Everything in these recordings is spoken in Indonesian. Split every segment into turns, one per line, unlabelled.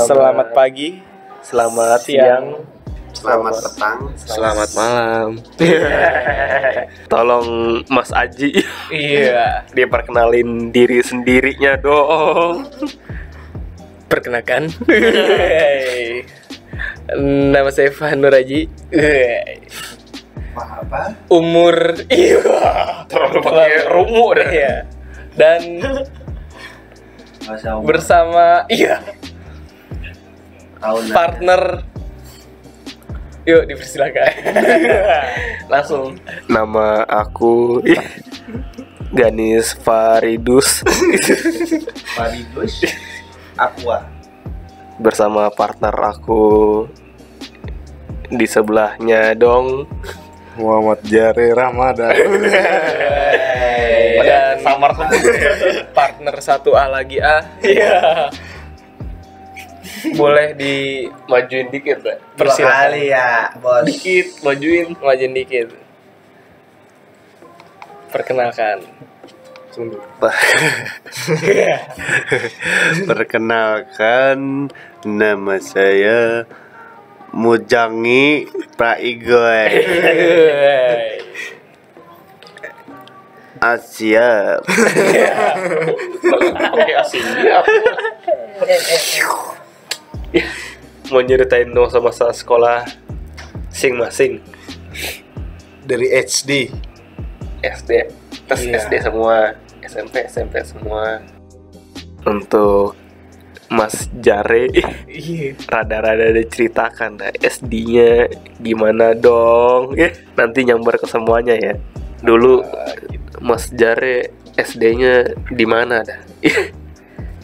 Selamat pagi,
Selamat siang.
siang,
Selamat petang.
Selamat malam. Tolong Mas Aji
Iya.
dia perkenalin diri sendirinya dong.
Perkenalkan, nama saya Fahnu Raji.
Wah, apa?
Umur iya,
Terlalu pakai rumu dah.
Iya. Dan
Bahasa umum
bersama iya
tahunan.
partner Yuk dipersilakan. Langsung.
Nama aku Ganis Faridus
Faridus Aqua.
bersama partner aku di sebelahnya dong.
Muhammad Jare Ramadan.
Dan samar partner satu A lagi A. Iya. Boleh dimajuin dikit, Pak.
Dua kali ya, bos.
dikit majuin majuin dikit perkenalkan
Perkenalkan nama saya Mujangi Praigoy Asia.
Mau nyeritain dong sama masa sekolah masing-masing
Dari HD.
SD. Terus
Iya.
SD semua, SMP, SMP semua. Untuk Mas Jare
iya
rada-rada diceritakan nah, SD-nya gimana dong Eh, nanti nyamber ke semuanya ya dulu Mas Jare SD-nya di mana dah Ih,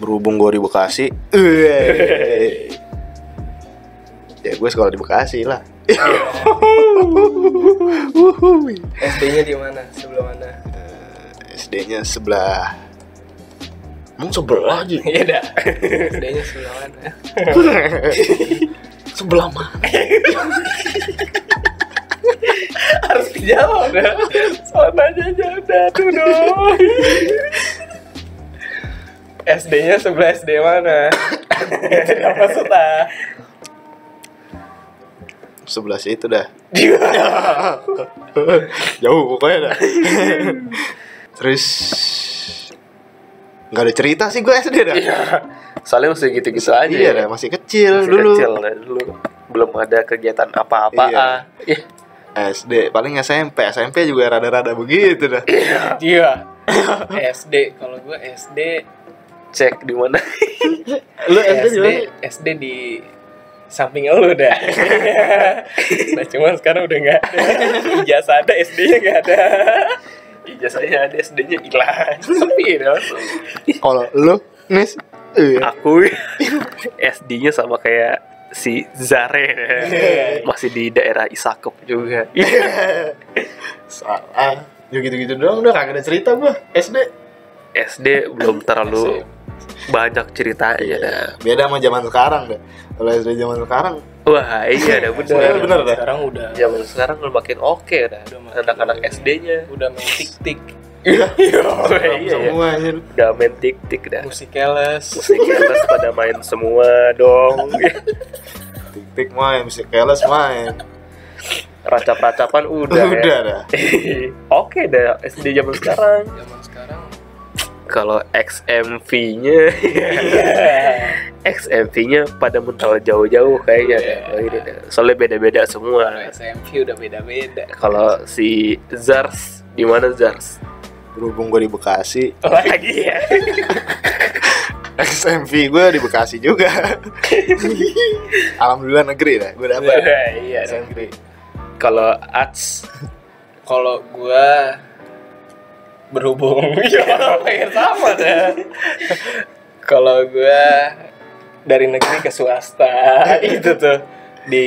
Berhubung gue di Bekasi. ya gue sekolah di Bekasi lah.
SD-nya di mana sebelum mana
SD-nya sebelah. Emang sebelah aja.
iya dah SD-nya sebelum mana
sebelah mana?
harus dijawab dah soalnya aja udah tuh dong SD-nya sebelah SD mana itu nggak maksud ah
Sebelah situ dah. Jauh pokoknya dah. Terus nggak ada cerita sih gue SD dah.
soalnya masih gitu-gitu aja
Iya
Iya, ya.
dah, masih kecil
Masih
dulu.
kecil dah dulu belum ada kegiatan apa-apa
Iya.
ah. Ih,
SD paling SMP, SMP juga rada-rada begitu dah.
iya SD kalau gua SD
cek di mana
Lu
SD SD di samping lu dah. nah cuman sekarang udah nggak ada. Ijazah ada SD-nya nggak ada.
ijazahnya ada SD-nya hilang sepi dong
Kalau lu, Nis, iya.
aku ya. SD-nya sama kayak si Zare dah. masih di daerah Isakop juga Iya.
salah. Ya gitu-gitu doang udah kagak ada cerita gua SD.
SD belum terlalu banyak ceritanya Iya dah.
Beda sama zaman sekarang dah. Kalau SD zaman sekarang,
Wah iya dah
Iya,
bener
bener dah.
Sekarang udah
Zaman sekarang udah makin oke dah Anak-anak SD-nya
udah main tik-tik,
Wah,
Iya,
iya, iya.
semua anjir.
Udah main tik-tik dah
musik keles.
Musik kelas pada main semua dong
Tik-tik main, musik kelas main.
Racap-racapan udah
Udah,
ya.
dah.
Oke dah SD zaman sekarang
Zaman sekarang
Kalau XMV-nya XMV-nya pada mental jauh-jauh kayaknya dah. Oh, ini dah. Soalnya beda-beda semua
SMP udah beda-beda.
Kalau si Zars di mana Zars?
Berhubung gua di Bekasi,
Lagi ya.
XMV gua di Bekasi juga. Alhamdulillah negeri dah, gua dapet
iya.
SMP.
Kalau arts
Kalau gua berhubung ya pengen sama dah. Kalau gua dari negeri ke swasta itu tuh di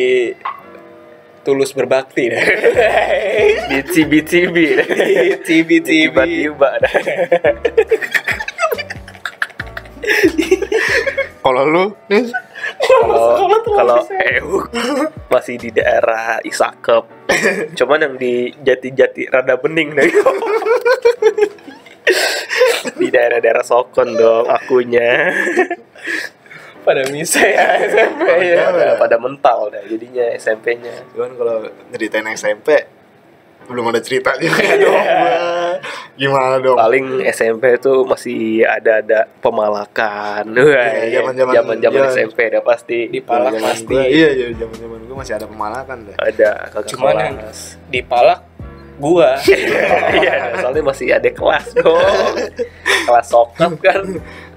tulus berbakti dah.
bici bici bi.
Cibi cibi.
Tiba tiba dah.
Kalau lu, Nis,
Kalau kalau euk masih di daerah Isakep. Cuman yang di jati-jati rada bening deh. di daerah-daerah Sokon dong akunya.
pada misa ya SMP ya.
Iya.
Udah pada mental dah jadinya SMP-nya.
Cuman kalau ceritain SMP belum ada cerita juga dong. gua. Gimana dong?
Paling SMP itu masih ada ada pemalakan. Wah,
Iya, zaman-zaman-
zaman-zaman
iya.
SMP dah pasti
Di palak
Zaman
pasti.
gua- iya, iya, zaman-zaman gua masih ada pemalakan dah.
ada kakak
Cuman yang di palak gua.
Iya, soalnya masih ada kelas dong. kelas sokap kan.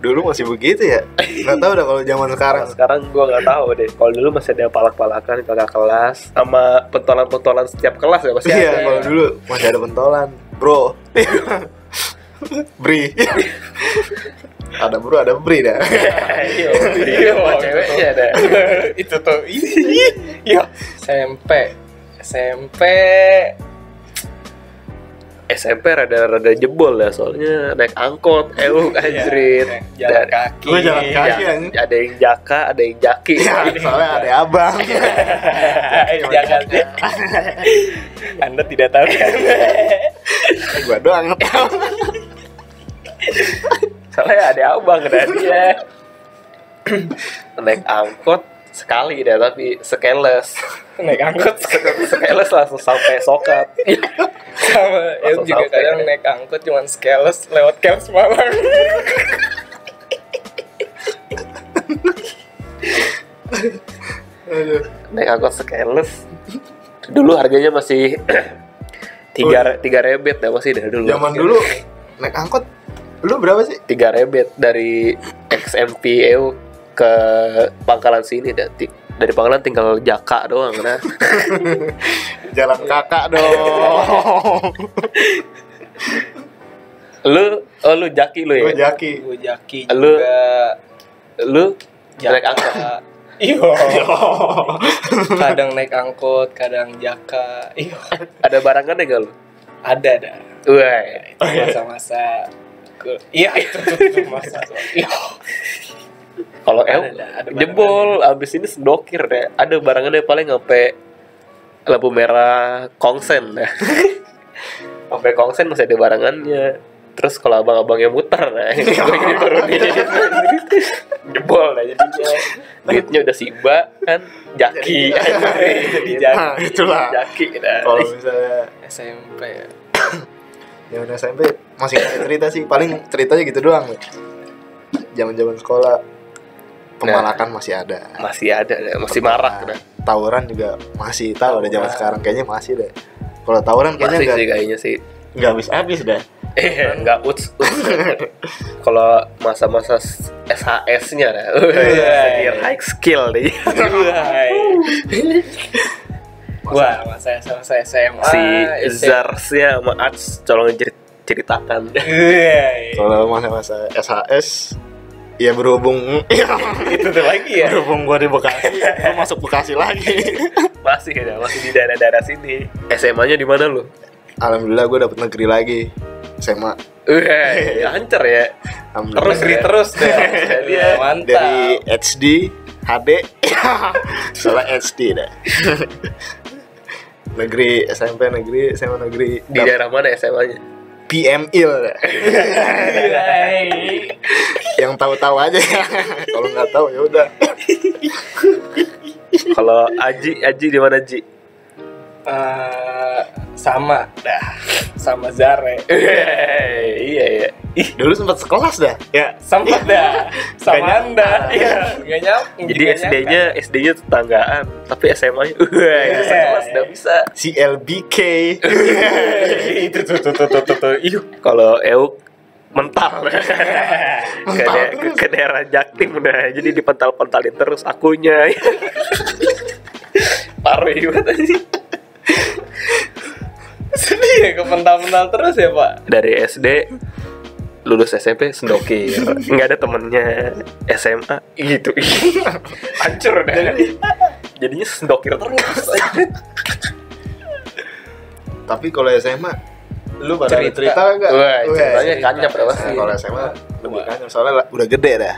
Dulu masih begitu ya. Enggak tahu dah kalau zaman sekarang.
Sekarang sekarang gua nggak tahu deh. Kalau dulu masih ada palak-palakan kakak kelas sama pentolan-pentolan setiap kelas ya pasti
Iya,
ada.
kalau dulu masih ada pentolan, bro. bri. ada bro, ada bri dah.
Iya,
Iya, sama ceweknya ada.
itu tuh ya. ini yo SMP SMP
SMP rada-rada jebol ya soalnya naik angkot, euk anjrit.
ya, jalan
Dan-
kaki
Gua jalan
Ya,
Iya,
kaki, anjing.
ada yang jaka, ada yang jaki.
Ya, soalnya ada abang.
jangan Iya, anda tidak tahu kan
gua doang tahu.
Soalnya ada abang dan dia naik angkot sekali deh tapi sekeles
naik angkot
sekeles langsung sampai sokat
sama ya
Langsung
juga
sampai.
kadang naik angkot cuman scales lewat Kels Malang
Aduh.
naik angkot sekeles dulu harganya masih tiga tiga rebet dah masih dah dulu
Zaman dulu naik angkot lu berapa sih?
tiga rebet dari XMP EU E ke pangkalan sini dah Ti- dari pangkalan tinggal jaka doang nah
Jalan kakak dong.
lu oh lu jaki lu
Gua
ya
jaki.
gue jaki
Lu-
juga
lu naik
Jaka.
angkot
Iyo, kadang naik angkot, kadang jaka. Iyo,
ada barangannya gak lu
ada dah.
Wah,
Itu masa-masa. cool. Iya, itu tuh, tuh masa. Iyo.
Kalau E
Ada,
El
ada, ada
jebol, abis ini sedokir deh. Ada barangannya paling sampai lampu merah kongsen deh. sampai kongsen masih ada barangannya. Terus kalau abang-abangnya muter nah, ini baru di- jebol lah jadinya. Duitnya udah siba kan jaki jadi jaki.
Nah, itulah.
Jaki nah.
Kalau misalnya
SMP.
zaman SMP masih nggak ada cerita sih paling ceritanya gitu doang zaman zaman sekolah pemalakan masih ada
masih ada deh, masih
Nah,
marak deh.
tawuran juga masih tahu ada zaman
Tawuran.
sekarang kayaknya masih deh kalau tawuran kayaknya
Masih
nggak
sih kayaknya sih.
nggak habis habis dah
Eh, nggak uts uts. kalau masa-masa SHS-nya nah. senior high skill deh
Wah, Wah, masa masa SMA.
si
SMP.
Zars-nya sama Ats tolong cer- ceritakan
Wah,
kalau masa-masa SHS ya berhubung
Itu tuh lagi ya.
berhubung gua di Bekasi gua masuk Bekasi lagi
masih ya masih di daerah-daerah sini SMA-nya di mana lu
alhamdulillah gua dapet negeri lagi SMA
Wih, lancar ya
alhamdulillah
Terus
Negeri
terus deh.
Iya.
Mantap.
dari HD HD salah HD dah negeri SMP negeri SMA negeri
di daerah mana SMA-nya
PM Il dah.
Wih.
yang tahu-tahu aja kalau nggak tahu ya udah
kalau Aji Aji di mana Aji
Eh, sama dah sama Zare
iya iya
dulu sempat sekelas dah ya
sama dah sama
Nggak
Anda iya nggak nyam
jadi SD-nya SD-nya tetanggaan tapi SMA-nya wah itu sekelas udah bisa
CLBK
itu tuh tuh tuh tuh tuh tuh Iuh.
kalau Euk mental ke,
Mental
da-
terus.
ke daerah Jaktim udah jadi dipental-pentalin terus akunya parah banget sih
sedih ya kepental-pental terus ya Pak
dari SD lulus SMP sendoki nggak ada temennya SMA gitu hancur deh jadinya sendokir terus
tapi kalau SMA lu pada ada
Cerita.
cerita nggak
Wah,
Wah,
ceritanya
cerita.
kanyap dah pasti.
Nah, kalau SMA lebih
Wah.
kanyang soalnya la- udah gede dah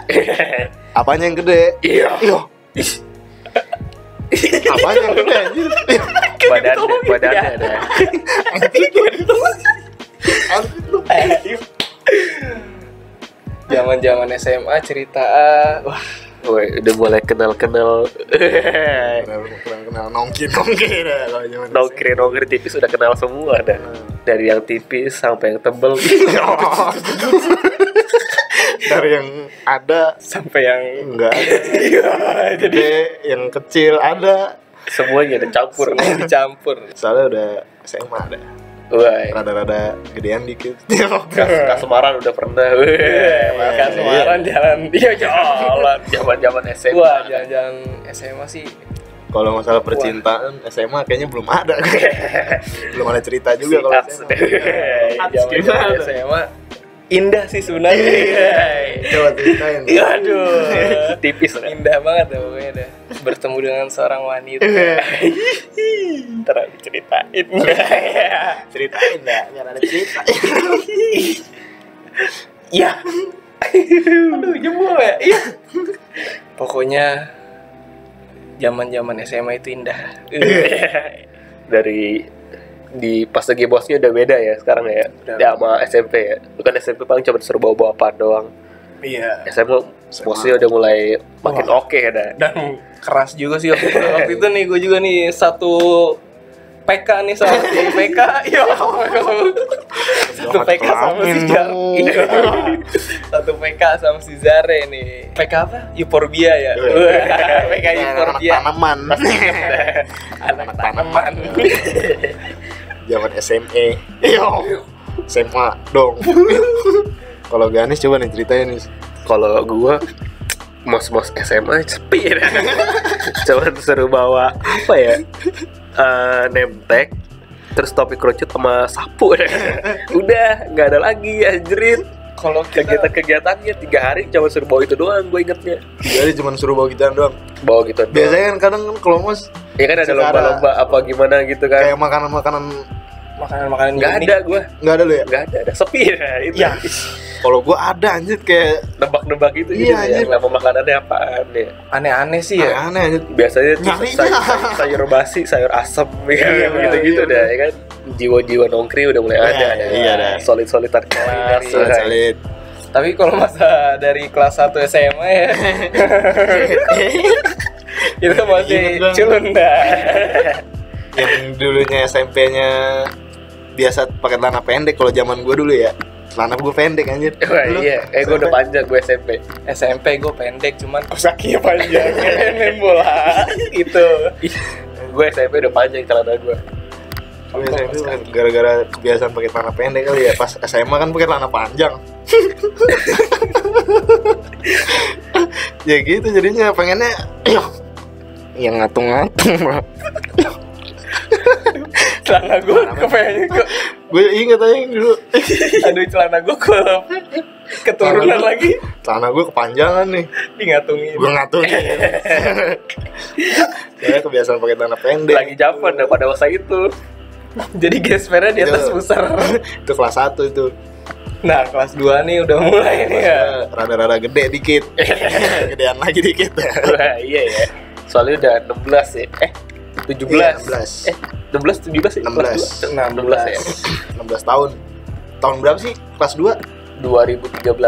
apanya yang gede
iya
Yo, apanya yang gede anjir Iya.
badan badannya deh
Eh.
zaman zaman SMA cerita ah, wah
Woi, udah mulai kenal-kenal.
kenal nongki nongki dah kalau zaman
Nongkri nongkri tipis udah kenal semua dah. Dari yang tipis sampai yang tebel.
Iya. dari yang ada
sampai yang
enggak ada.
Iya, jadi
gede yang kecil ada
Semuanya udah campur.
campur dicampur.
soalnya udah SMA ada
Woi,
rada-rada gedean dikit
kas kasmaran udah pernah. Woi,
Iya.
Kasmaran jalan iya jalan.
Zaman-zaman SMA.
Wah, jalan-jalan SMA sih
kalau masalah percintaan SMA kayaknya belum ada belum ada cerita
Iya,
juga kalau SMA.
Jaman
gimana?
SMA indah sih sebenarnya.
coba ceritain
Iya, Aduh.
tipis lah.
Indah banget dah pokoknya dah. Bertemu dengan seorang wanita. Ntar aku ceritain.
ceritain dah biar ada cerita
Iya. Aduh, jebol ya. Iya. Pokoknya zaman-zaman SMA itu indah. Iya.
Dari di pas lagi bosnya udah beda ya sekarang ya.
Udah.
Ya sama SMP ya. Bukan SMP paling cuma disuruh bawa-bawa apa doang.
Iya.
SMA bosnya udah mulai makin
Wah.
oke dah.
Dan keras juga sih waktu itu. Waktu itu nih gue juga nih satu PK nih sama si PK. Iya. satu
Jangan
PK sama si
kelangin
Zare.
lu.
Iya. Satu PK sama si Zare nih. PK apa? Euphorbia ya.
Iya.
PK
anak
Euphorbia.
tanaman
Anak tanaman.
zaman E. SMA Yo. SMA dong kalau Ganis coba nih ceritain nih
Kalau gua mos-mos SMA sepi dah. Cuma disuruh bawa apa ya? Eh nemtek terus topi kerucut sama sapu dah. udah nggak ada lagi anjrit
Kalau kita
kegiatan-kegiatannya tiga hari cuma suruh bawa itu doang gue ingetnya
jadi cuma suruh bawa gitaran doang
bawa gitu doang.
biasanya kan kadang kan kalau mos
ya kan ada
Suka
lomba-lomba apa gimana gitu kan
kayak makanan-makanan
makanan-makanan
nggak
unik.
ada gue
nggak ada lu ya
nggak ada ada sepi ya itu
Iya.
Ya.
kalau gua ada anjir kayak
nebak-nebak gitu
Iya,
gitu ya
anjir.
nama makanannya apaan ya
aneh-aneh sih ya.
aneh anjir
biasanya tuh
Nyari.
sayur, sayur, sayur basi sayur asem ya
Iya,
gitu gitu
iya,
dah ya kan jiwa-jiwa nongkri udah mulai
Iya,
ada ada
iya, dah.
solid-solidan kelas
Iya,
ya kan.
solid
Tapi kalau masa dari kelas 1 SMA ya itu masih
Ingat banget.
culun dah.
yang dulunya SMP-nya biasa pakai celana pendek kalau zaman gua dulu ya celana gua pendek anjir
Wah,
Lu
iya, eh gue udah
SMP?
panjang gue SMP
SMP gue pendek cuman kakinya panjang main bola gitu.
Gue SMP udah panjang celana gue
Gua SMP gara-gara kebiasaan pakai celana pendek kali ya pas SMA kan pakai celana panjang ya gitu jadinya pengennya yang ngatung-ngatung bro
Celana gue kepengen ke,
gue inget aja yang dulu eh,
aduh celana gue ke keturunan
Celana.
lagi
celana gue kepanjangan nih
dingatungin.
gue ngaturin saya kebiasaan pakai celana pendek
Lagi jaman dah pada masa itu
Jadi gespernya di atas
Iya.
pusar.
itu kelas 1 itu
Nah, kelas 2 nih udah mulai nih ya.
Iya.
Maksudnya rada-rada gede dikit gedean lagi dikit
Wah, iya ya. Soalnya udah 16 ya. Eh, 17.
Iya, 16.
Eh, 16 17 ya.
16.
16. 16 ya.
16 tahun tahun berapa sih kelas 2
2013. 2013.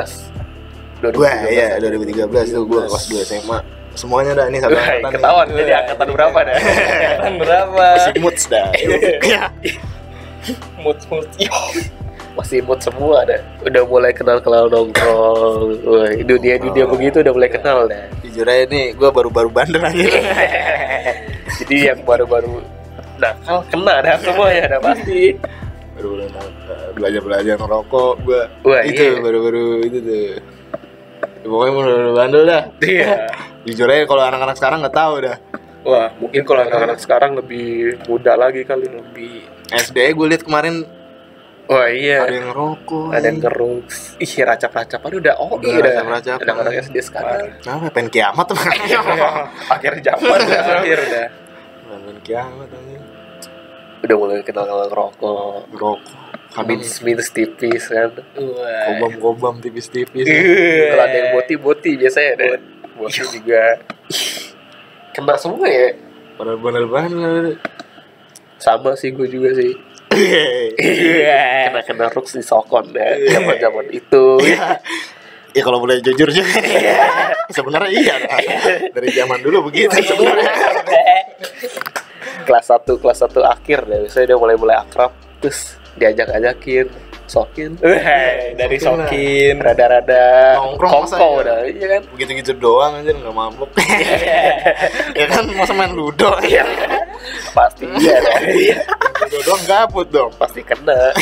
Wah iya 2013 itu gue kelas 2 SMA semuanya dah ini satu
Wah,
angkatan ya.
ketahuan jadi angkatan berapa dah?
Iya.
Kan berapa?
nih. si Moods dah
Iya.
Iya.
Mut mut.
Masih imut semua dah. Udah mulai kenal-kenal nongkrong. Wah, dunia-dunia
Oh.
begitu udah mulai kenal dah.
jujur aja nih gue baru-baru bandel
Iya.
aja
Jadi yang baru-baru nakal kena dah semuanya dah pasti.
baru Eh, belajar-belajar ngerokok gue
Wah,
itu
iya.
baru-baru itu tuh Ya, pokoknya baru-baru bandel dah
Iya.
jujur aja kalau anak-anak sekarang nggak tahu dah
Wah,
Mungkin kalau anak-anak sekarang lebih muda lagi kali lebih.
SD gue lihat kemarin
Wah iya.
ada yang ngerokok
ada yang ngeruks ih racap-racap aduh udah oh
Udah
iya dah
racap-racapan.
ada anak SD sekarang
Kenapa? ya, pengen kiamat teman Iya.
akhirnya zaman dah, akhir dah
pengen kiamat anjing
udah mulai kenal kenal rokok
ngerokok habis
minus minus tipis kan
Wah.
kobam-kobam tipis-tipis
kalau
Kalau
ada yang boti boti biasanya ada boti juga kena semua ya
padahal bandel bandel
sama sih gue juga sih
Eh.
Iya.
kena kena rooks di sokon ya zaman zaman itu
ya kalau boleh jujur sih sebenarnya iya Ra. dari zaman dulu begitu sebenarnya
kelas 1 kelas 1 akhir deh biasanya dia mulai mulai akrab terus diajak ajakin sokin
Iya. Wah, dari sokin
rada-rada
Nongkrong masa
kongko
iya?
dah iya kan
begitu-gitu doang aja nggak mabuk ya kan masa main ludo
iya pasti iya dah. Iya.
ludo doang gabut dong
pasti kena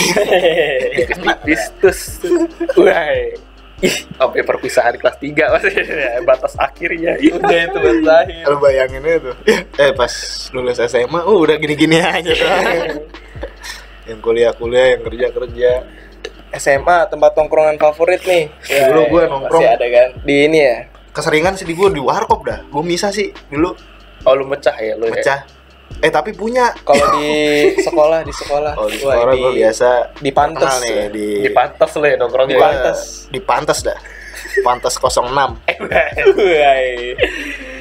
tipis-tipis terus wah Ih, sampai perpisahan kelas 3 masih batas akhirnya
udah itu berlain
Lu bayangin itu Eh pas lulus SMA uh, udah gini-gini aja Iya. Yang kuliah-kuliah, yang kerja-kerja
SMA tempat tongkrongan favorit nih
Iya, Dulu
Wah,
gua nongkrong.
masih ada kan di ini ya
Keseringan sih di gue di warkop dah Gue misah sih dulu
oh lu mecah ya lu ya?
pecah Eh tapi punya
kalau di sekolah di sekolah
Oh di
Wah,
sekolah gue biasa
di pantes
terkenal nih di,
di pantas lu ya nongkrongnya
Di
gua-
pantas.
Di pantas dah Pantas 06
Wah,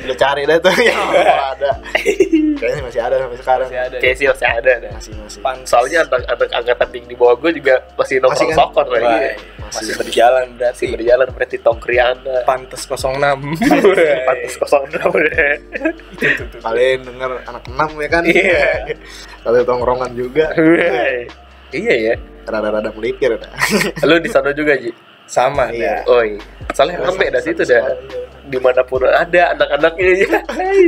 Lu cari deh tuh yang ada Kayaknya masih ada sampai sekarang
masih ada
Kayak sih masih ada dah
Masih, masih
Pantes.
soalnya anak, anak angkatan tinggi di bawah gue juga masih
Masih
nongkrong
kan?
sokor
Wah,
lagi
masih berjalan berarti
masih
Iya.
berjalan berarti tongkriana
pantas 06
pantas kosong enam deh
Kalian denger anak enam ya kan
Iya.
Satu tongkrongan juga
iya ya
Rada-rada melipir dah
lu di sana juga Ji
sama ya.
Iya.
dah.
oi soalnya rame dah situ dah dimanapun ada anak-anaknya ya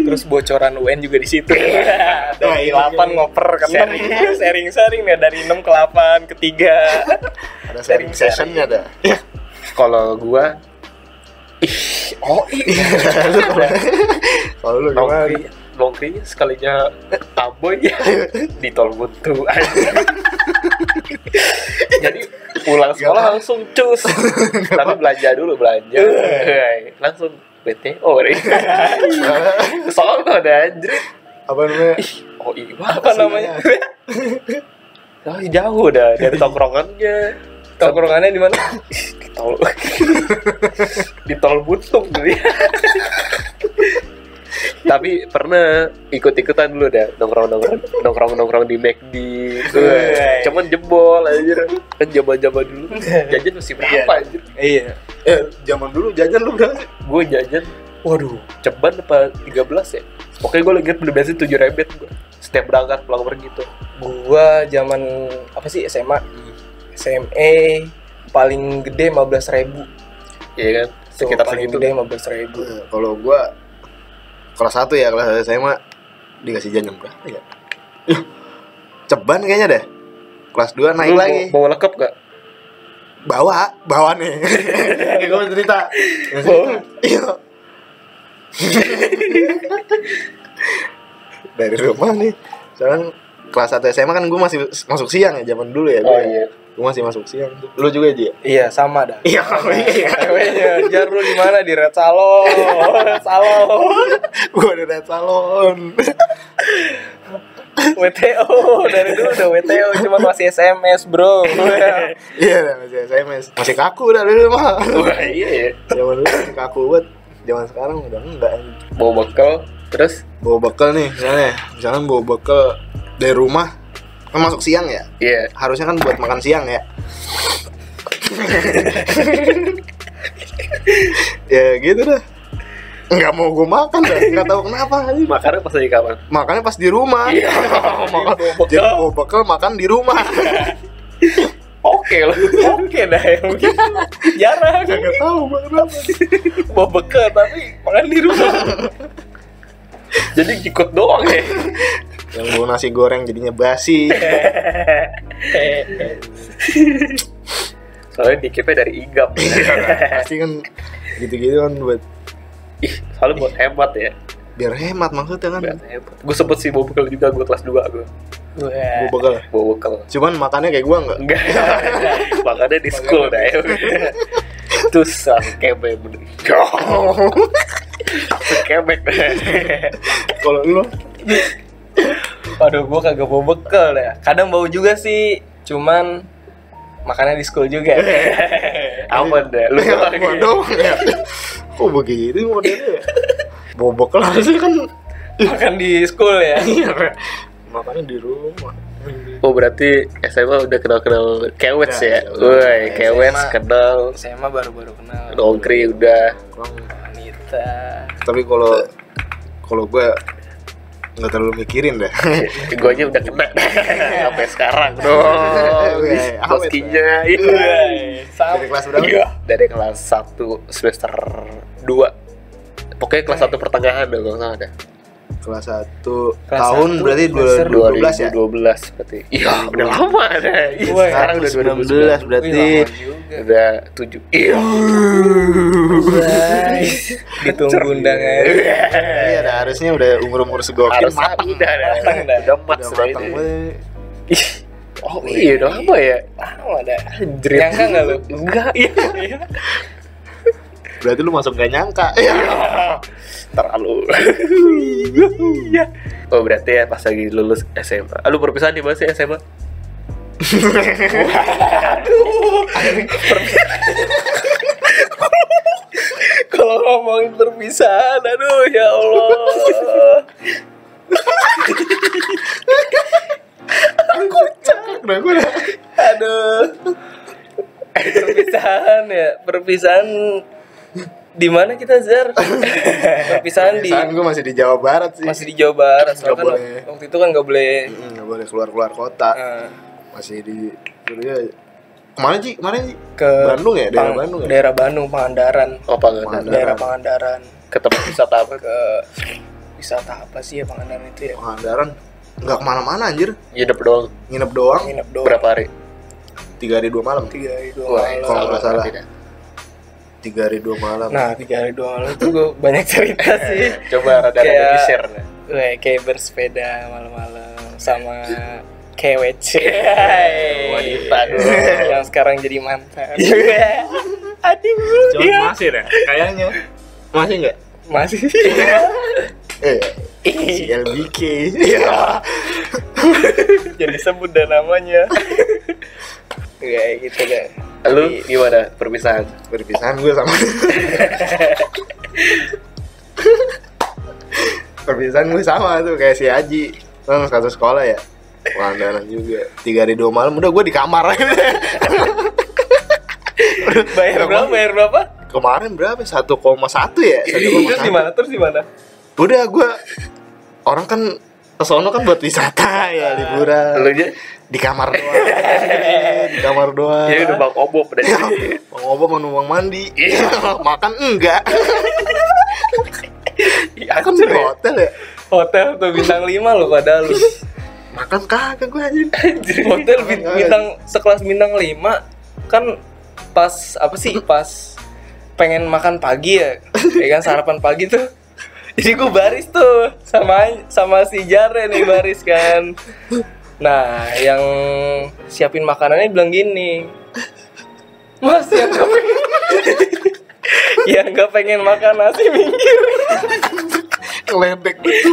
terus bocoran UN juga di situ
Wah,
dari
iya,
8
iya.
ngoper kan
Sharing.
sharing sharing nih dari 6 ke 8 ke 3
ada sharing
Sharing-sharing.
sessionnya ada
kalau gua
oh iya Lu kalau- kalau lu gimana
nongkri nongkri sekalinya aboy ya di tol buntu anjing. jadi pulang
Gak.
sekolah langsung cus tapi belanja dulu belanja
Iya.
Hei, langsung BTO nih soalnya udah anjir
apa namanya
oh iya
apa namanya
oh, jauh dah dari tongkrongannya
tongkrongannya di mana
di tol di tol buntung dulu ya. tapi pernah ikut-ikutan dulu dah nongkrong nongkrong nongkrong nongkrong di McD
Wey.
cuman jebol aja kan zaman zaman dulu jajan masih berapa anjir
iya
eh zaman dulu jajan lu berapa sih
gue jajan
waduh
ceban apa 13 ya pokoknya gue lagi beli bensin tujuh rebet gue setiap berangkat pulang pergi tuh
gua zaman apa sih SMA SMA E paling gede 15 ribu
iya kan sekitar
paling
segitu
gede 15 ribu
Eh, kalau gua kelas satu ya kelas SMA dikasih jajan berapa ya Ih, ceban kayaknya deh kelas 2 naik
Lu
lagi
mau, mau lekap gak?
bawa bawa nih ini gua mau cerita Gua cerita. iya dari rumah nih sekarang kelas 1 SMA kan gue masih masuk siang ya zaman dulu ya
Oh
gua ya.
iya.
Gue masih masuk siang tuh. Lu juga aja?
iya sama dah
Iya, iya.
Ceweknya, jar lu di mana di Red Salon, Salon,
Gue ada di salon.
WTO dari dulu udah WTO cuma masih SMS bro.
Iya, dah, masih SMS. Masih kaku dah dulu mah.
Wah, iya ya
Zaman dulu masih kaku banget. Zaman sekarang udah enggak. anjing.
bawa bekal terus
Bawa bekal nih, misalnya. Misalnya bawa bekal dari rumah. Kan masuk siang ya?
iya
Harusnya kan buat makan siang ya. ya gitu dah. Nggak mau gue makan dah. Nggak tahu kenapa. anjing.
makannya pas lagi kapan?
Makannya pas di rumah.
Iya, bawa
makan.
bekal.
Jadi bawa bekal makan di rumah.
Oke ya, loh.
Oke dah yang begitu. Jarang
Gak tahu Bang, kenapa.
bawa bekal tapi makan di rumah.
Jadi ikut doang ya.
Yang bau nasi goreng jadinya basi.
Soalnya dikipnya dari igap. Iya.
Pasti kan gitu-gitu kan buat
Ih, soalnya buat hemat ya.
biar hemat maksudnya kan.
Buat hemat. Gue sempet sih bawa bekal juga gue kelas 2 gue.
Gue
Wah.
bakal.
Bawa bekal.
Cuman makannya kayak gua enggak.
Enggak. Makanya di school dah ya. Terus langsung kemek bener. Langsung kemek.
Kalau lu
Waduh gua kagak bawa bekal ya. Kadang bawa juga sih, cuman makannya di school juga.
Aman deh. Lu
gua doang ya. Kok begitu modelnya? ya? Bobok lah harusnya kan
Makan di school ya.
makannya di rumah
Oh berarti SMA udah kenal-kenal kewets
Udah,
ya?
udah.
Woi,
SMA.
kewets kenal,
Saya mah baru-baru kenal
dongkri udah.
Kurang.
wanita.
tapi kalau kalau gue nggak terlalu mikirin deh
Gue aja udah kena sampai sekarang dong.
Wih,
Di
awet,
Boskinya iya.
Wih,
dari kelas berapa
Iya.
dari kelas 1 semester 2 Pokoknya kelas 1 pertengahan dong kalau nggak salah ada.
kelas satu
Kelas
tahun
satu,
berarti
semester
2012 ya
2012 berarti. Iya, udah lama ada. Oh, Iya,
Woi.
sekarang udah
2019 berarti
Wih, lama juga.
2019. Udah 7. Iya.
Wih, Ditunggu undangan.
iya dah, harusnya udah umur umur segokin
Harus
mah
udah ada.
Matang dah.
Udah pas
udah
dah
matang
itu.
banget.
Ih, Oh iya, udah lama ya?
Lama dah.
Anjrit.
Nyangka nggak lu?
Enggak, iya.
berarti lu masuk gak nyangka Iya.
Terlalu. Iya. oh berarti ya pas lagi lulus SMA. Ah, Lu perpisahan di mana sih SMA?
Kalau ngomongin perpisahan, aduh ya Allah.
Kenapa gue dah?
Aduh. Perpisahan ya, perpisahan di mana kita Zar? perpisahan di
perasaan gue masih di Jawa Barat sih
masih di Jawa Barat, soalnya
Nggak
kan
boleh.
waktu itu kan nggak boleh.
Mm, nggak boleh keluar keluar kota
eh,
masih di Surya kemana sih kemana sih
ke
Bandung ya? Daerah
Pang-
Bandung ya?
daerah Bandung, Pangandaran,
Oh,
Pangandaran.
Pangandaran.
daerah Pangandaran
Ke tempat wisata apa?
ke wisata apa sih ya Pangandaran itu ya?
Pangandaran nggak kemana-mana anjir
Nginep doang.
nginep doang
Nginep doang.
Berapa hari?
tiga hari dua malam
Tiga hari dua
Wah,
malam.
kalau nggak salah.
tidak.
tiga hari dua malam
Nah, tiga hari dua malam itu gue banyak cerita sih.
Coba rada-rada
Kayak-
di-share. dah.
Weh, kayak bersepeda malam-malam sama kewet
Wanita dong.
yang sekarang jadi mantan. Aduh, iya.
masih deh kayaknya masih nggak
masih.
eh si LBK Iya.
jadi sebut dah namanya. Kayak gitu deh.
Lu gimana perpisahan?
perpisahan gue sama perpisahan gue sama tuh kayak si Aji kan satu sekolah ya Pangandaran juga tiga hari dua malam udah gue di kamar
Bayar berapa? Bayar berapa?
kemarin berapa 1,1 ya
Iya
1,1
Terus di mana? Terus di mana?
udah gue orang kan kesono kan buat wisata ya
Lu
liburan
aja?
di kamar doang di kamar doang
Ya udah bang obok dari sini.
mau ngobrol mau numpang mandi makan enggak
Iya,
kan di hotel ya
Hotel tuh bintang 5 loh padahal lu.
makan kagak gue anjir
hotel bin- bintang sekelas bintang 5 kan pas apa sih pas pengen makan pagi ya ya kan sarapan pagi tuh jadi gue baris tuh sama sama si Jare nih baris kan nah yang siapin makanannya bilang gini Mas yang gak pengen yang gak pengen makan nasi minggir
ledek gitu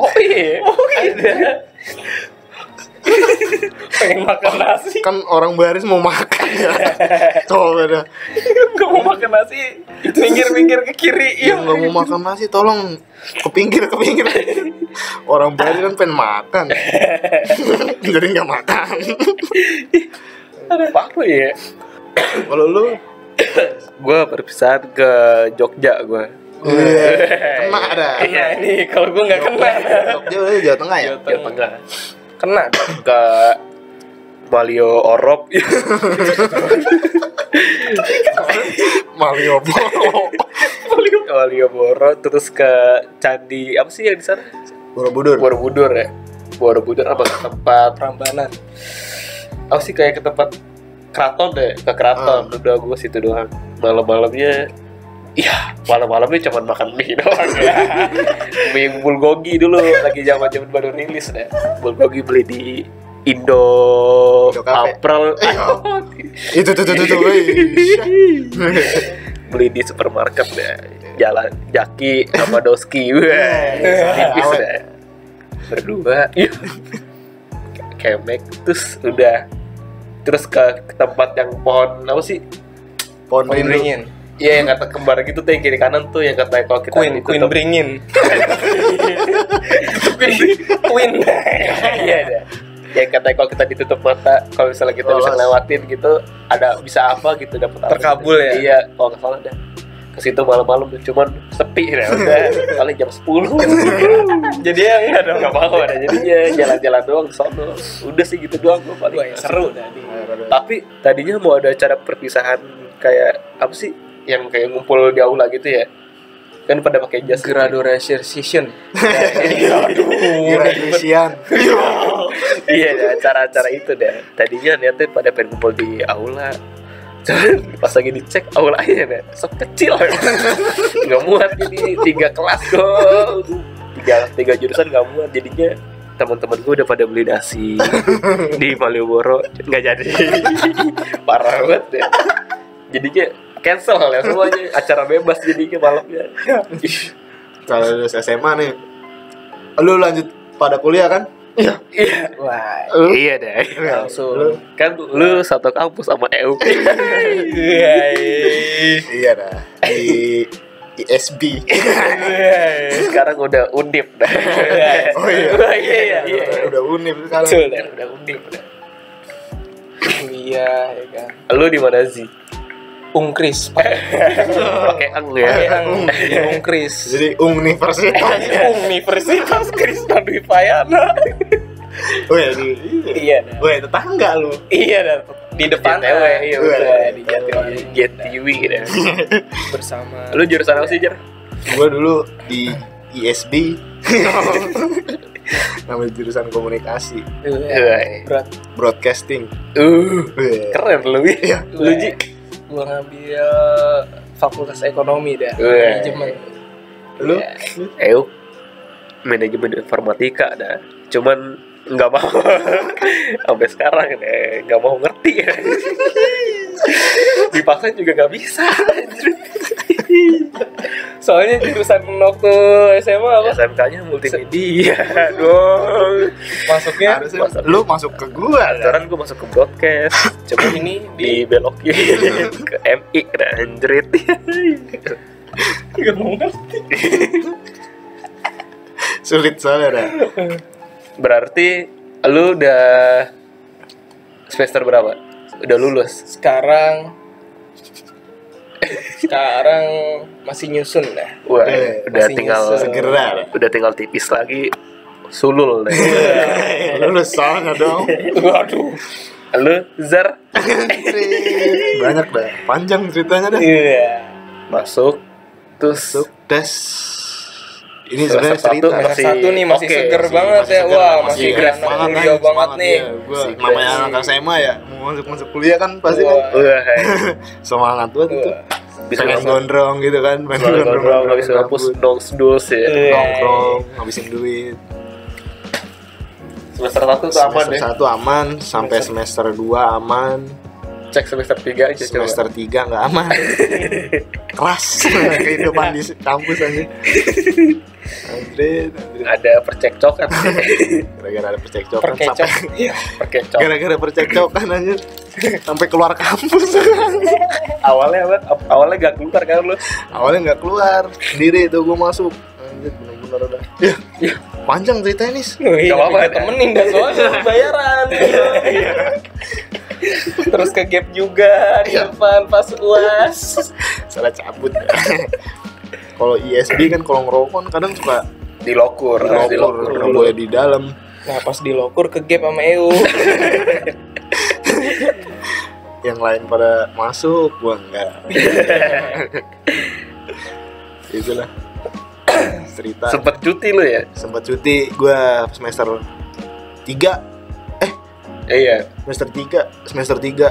oh iya ada pengen makan nasi
kan orang baris mau makan ya tolong ada
nggak mau makan nasi minggir minggir ke kiri iya
yang nggak mau makan nasi tolong ke pinggir ke pinggir orang baris kan pengen makan jadi nggak makan
Iya.
Apa ya?
kalau lu
Gue perpisahan ke Jogja gue.
iya, kena ada
iya ini kalau gue nggak kena
Jogja udah Jawa Tengah ya
Jawa Tengah.
kena
Ke Malio Orop.
Malioboro
Malio Boro. Terus ke Candi apa sih yang di sana?
Borobudur
Borobudur ya. Borobudur apa ke tempat
perambanan
apa sih kayak ke tempat keraton deh ke keraton udah gue situ doang malam-malamnya Iya, malam-malamnya cuma makan mie doang ya. mie bulgogi dulu lagi zaman zaman baru rilis deh. Bulgogi beli di Indo, Eh.
Indo Cafe.
April,
Iya. itu Iya. tuh tuh tuh tuh woi.
beli di supermarket deh. Jalan Jaki sama Doski, wah, tipis
Iya. Awet.
deh. Berdua, iya. kemek, terus udah terus ke, ke tempat yang pohon apa sih
pohon
beringin
Iya yang kata kembar gitu tuh yang kiri kanan tuh yang kata kalau kita
Queen, Queen
ditutup-
beringin. Queen, Queen.
Iya ada. Yang kata kalau kita ditutup mata, kalau misalnya kita bisa
Lolos.
lewatin gitu, ada bisa apa gitu dapat apa.
Terkabul ya?
Iya, kalau nggak salah dah. Ke situ malam-malam tuh, cuman sepi ya udah. Paling jam 10.
Jadi yang enggak dong.
Enggak mau ada jadinya ya, jalan-jalan doang ke sono. Udah sih gitu doang gua paling.
Wah, ya seru tadi.
Tapi tadinya mau ada acara perpisahan kayak apa sih? Yang kayak ngumpul di aula gitu ya. Kan pada pakai jas
Graduation session.
Graduation.
iya ada acara-acara itu deh tadinya niatnya pada pengen kumpul di aula cuman pas lagi dicek aulanya deh sok kecil nggak muat ini tiga kelas dong tiga tiga jurusan nggak muat jadinya teman-teman gue udah pada beli nasi di Malioboro nggak jadi parah banget deh jadinya cancel ya semuanya acara bebas jadinya malamnya
Kalau lulus SMA nih, lu lanjut pada kuliah kan?
Wah.
Lu,
iya deh
lu-
Langsung.
kan lu satu kampus sama EUP
Iya, Yeay.
iya dah. Di ISB.
Yeay.
sekarang udah undip
Oh iya.
Wah, iya, iya, iya.
Udah unif sekarang.
Betul.
Udah, udah undip udah.
Kuliah ya kan.
Lu di mana sih?
Ungkris. Pakai
Pakai eng ya.
yang di Ungkris.
Jadi universitas.
Iya.
Universitas Krishna Dwi Payana.
Weh, di iya.
Iya dah.
Weh, tetangga lu.
Iya dah. Di depan
JTW,
ah.
iya,
betul.
Di Iya. JTW.
GTW gitu.
bersama.
Lu jurusan apa sih, Jer?
Gua dulu di ISB. Nama jurusan komunikasi,
Weh.
berat.
broadcasting.
Uh,
Weh.
keren lu. Iya. Lu Ji.
Gua ngambil Fakultas Ekonomi dah.
Weh.
Manajemen.
Lu
Euk Eh, manajemen informatika dah. Cuman nggak mau sampai sekarang deh nggak mau ngerti dipaksa juga nggak bisa
Soalnya jurusan waktu SMA apa?
SMK nya multimedia dong
Masuknya
Iya.
harusnya lu masuk ke gua. dah.
Sekarang gue masuk ke broadcast Coba ini di belokin Ke MI Kena anjrit
nggak mau ngerti.
Sulit soalnya dah.
Berarti Lu udah Semester berapa? Udah lulus
Sekarang sekarang masih nyusun dah.
Wah
Eh,
Udah
masih
tinggal
nyusul.
Segera dah.
Udah tinggal tipis lagi Sulul deh Iya.
Eh, Lulus soalnya dong.
Waduh.
Lu Zar
Banyak dah. Panjang ceritanya dah.
Iya.
Masuk Terus
Masuk das. Ini
Semester
sebenarnya cerita.
satu,
Masih, satu nih masih
oke,
seger
Masih-
banget
masih
ya.
seger,
Wah, masih
seger.
gerah banget,
Semangat,
nih, banget
semangat
nih.
ya. Gua
Seger.
namanya anak SMA ya, mau masuk masuk kuliah kan pasti kan
Wah.
Wah eh,
semangat banget itu.
Wah.
Bisa
Pengen
ngomong
gondrong gitu kan, pengen
Bisa ngobrol Gak bisa
gondrong,
ngapus Nongs duls ya
Eh,
Iya.
nongkrong, ngabisin duit.
Semester 1 tuh aman ya.
Semester
deh
satu aman, sampai semester 2 aman,
Cek semester 3 aja coba
semester 3 nggak aman. Keras kehidupan di kampus aja. Andre, Andre.
ada percekcokan
gara-gara ada percekcokan
Perkecok.
sampai
Iya.
percekcok
gara-gara percekcokan aja sampai keluar kampus
awalnya apa Aw- awalnya gak keluar kan lu
awalnya nggak keluar sendiri itu gue masuk anjir bener-bener udah ya, ya. panjang ceritanya nih
Gak
apa-apa,
apa-apa
ya.
temenin dan soalnya bayaran Terus ke gap juga di depan pas uas
salah cabut kalau ISB kan kalau ngerokok kan kadang suka
di lokur di
ngerokok
lokur
nggak boleh di dalam
Nah pas di lokur ke gap sama EU
yang lain pada masuk gua enggak itulah cerita
sempet cuti lu ya
sempat cuti gua semester 3
iya
semester 3 semester 3
cuti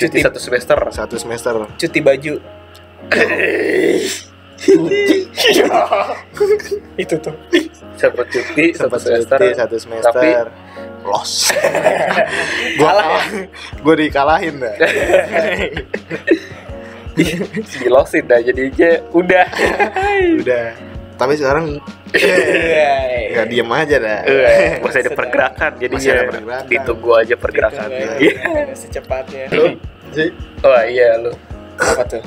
Cuti.
satu semester
satu semester
Cuti baju Itu tuh
sempet cuti satu
sempat
semester
cuti satu semester
Tapi-
los gua kalah gua dikalahin dah
di losin dah jadinya udah
udah tapi sekarang
Iya.
nggak diem aja dah
Eh, masih ada pergerakan
Masih ada
jadinya
pergerakan.
ditunggu aja
kan. Iya.
pergerakannya
Gitu, Secepatnya
Lu, Ji,
wah iya Oh, lu
Apa tuh?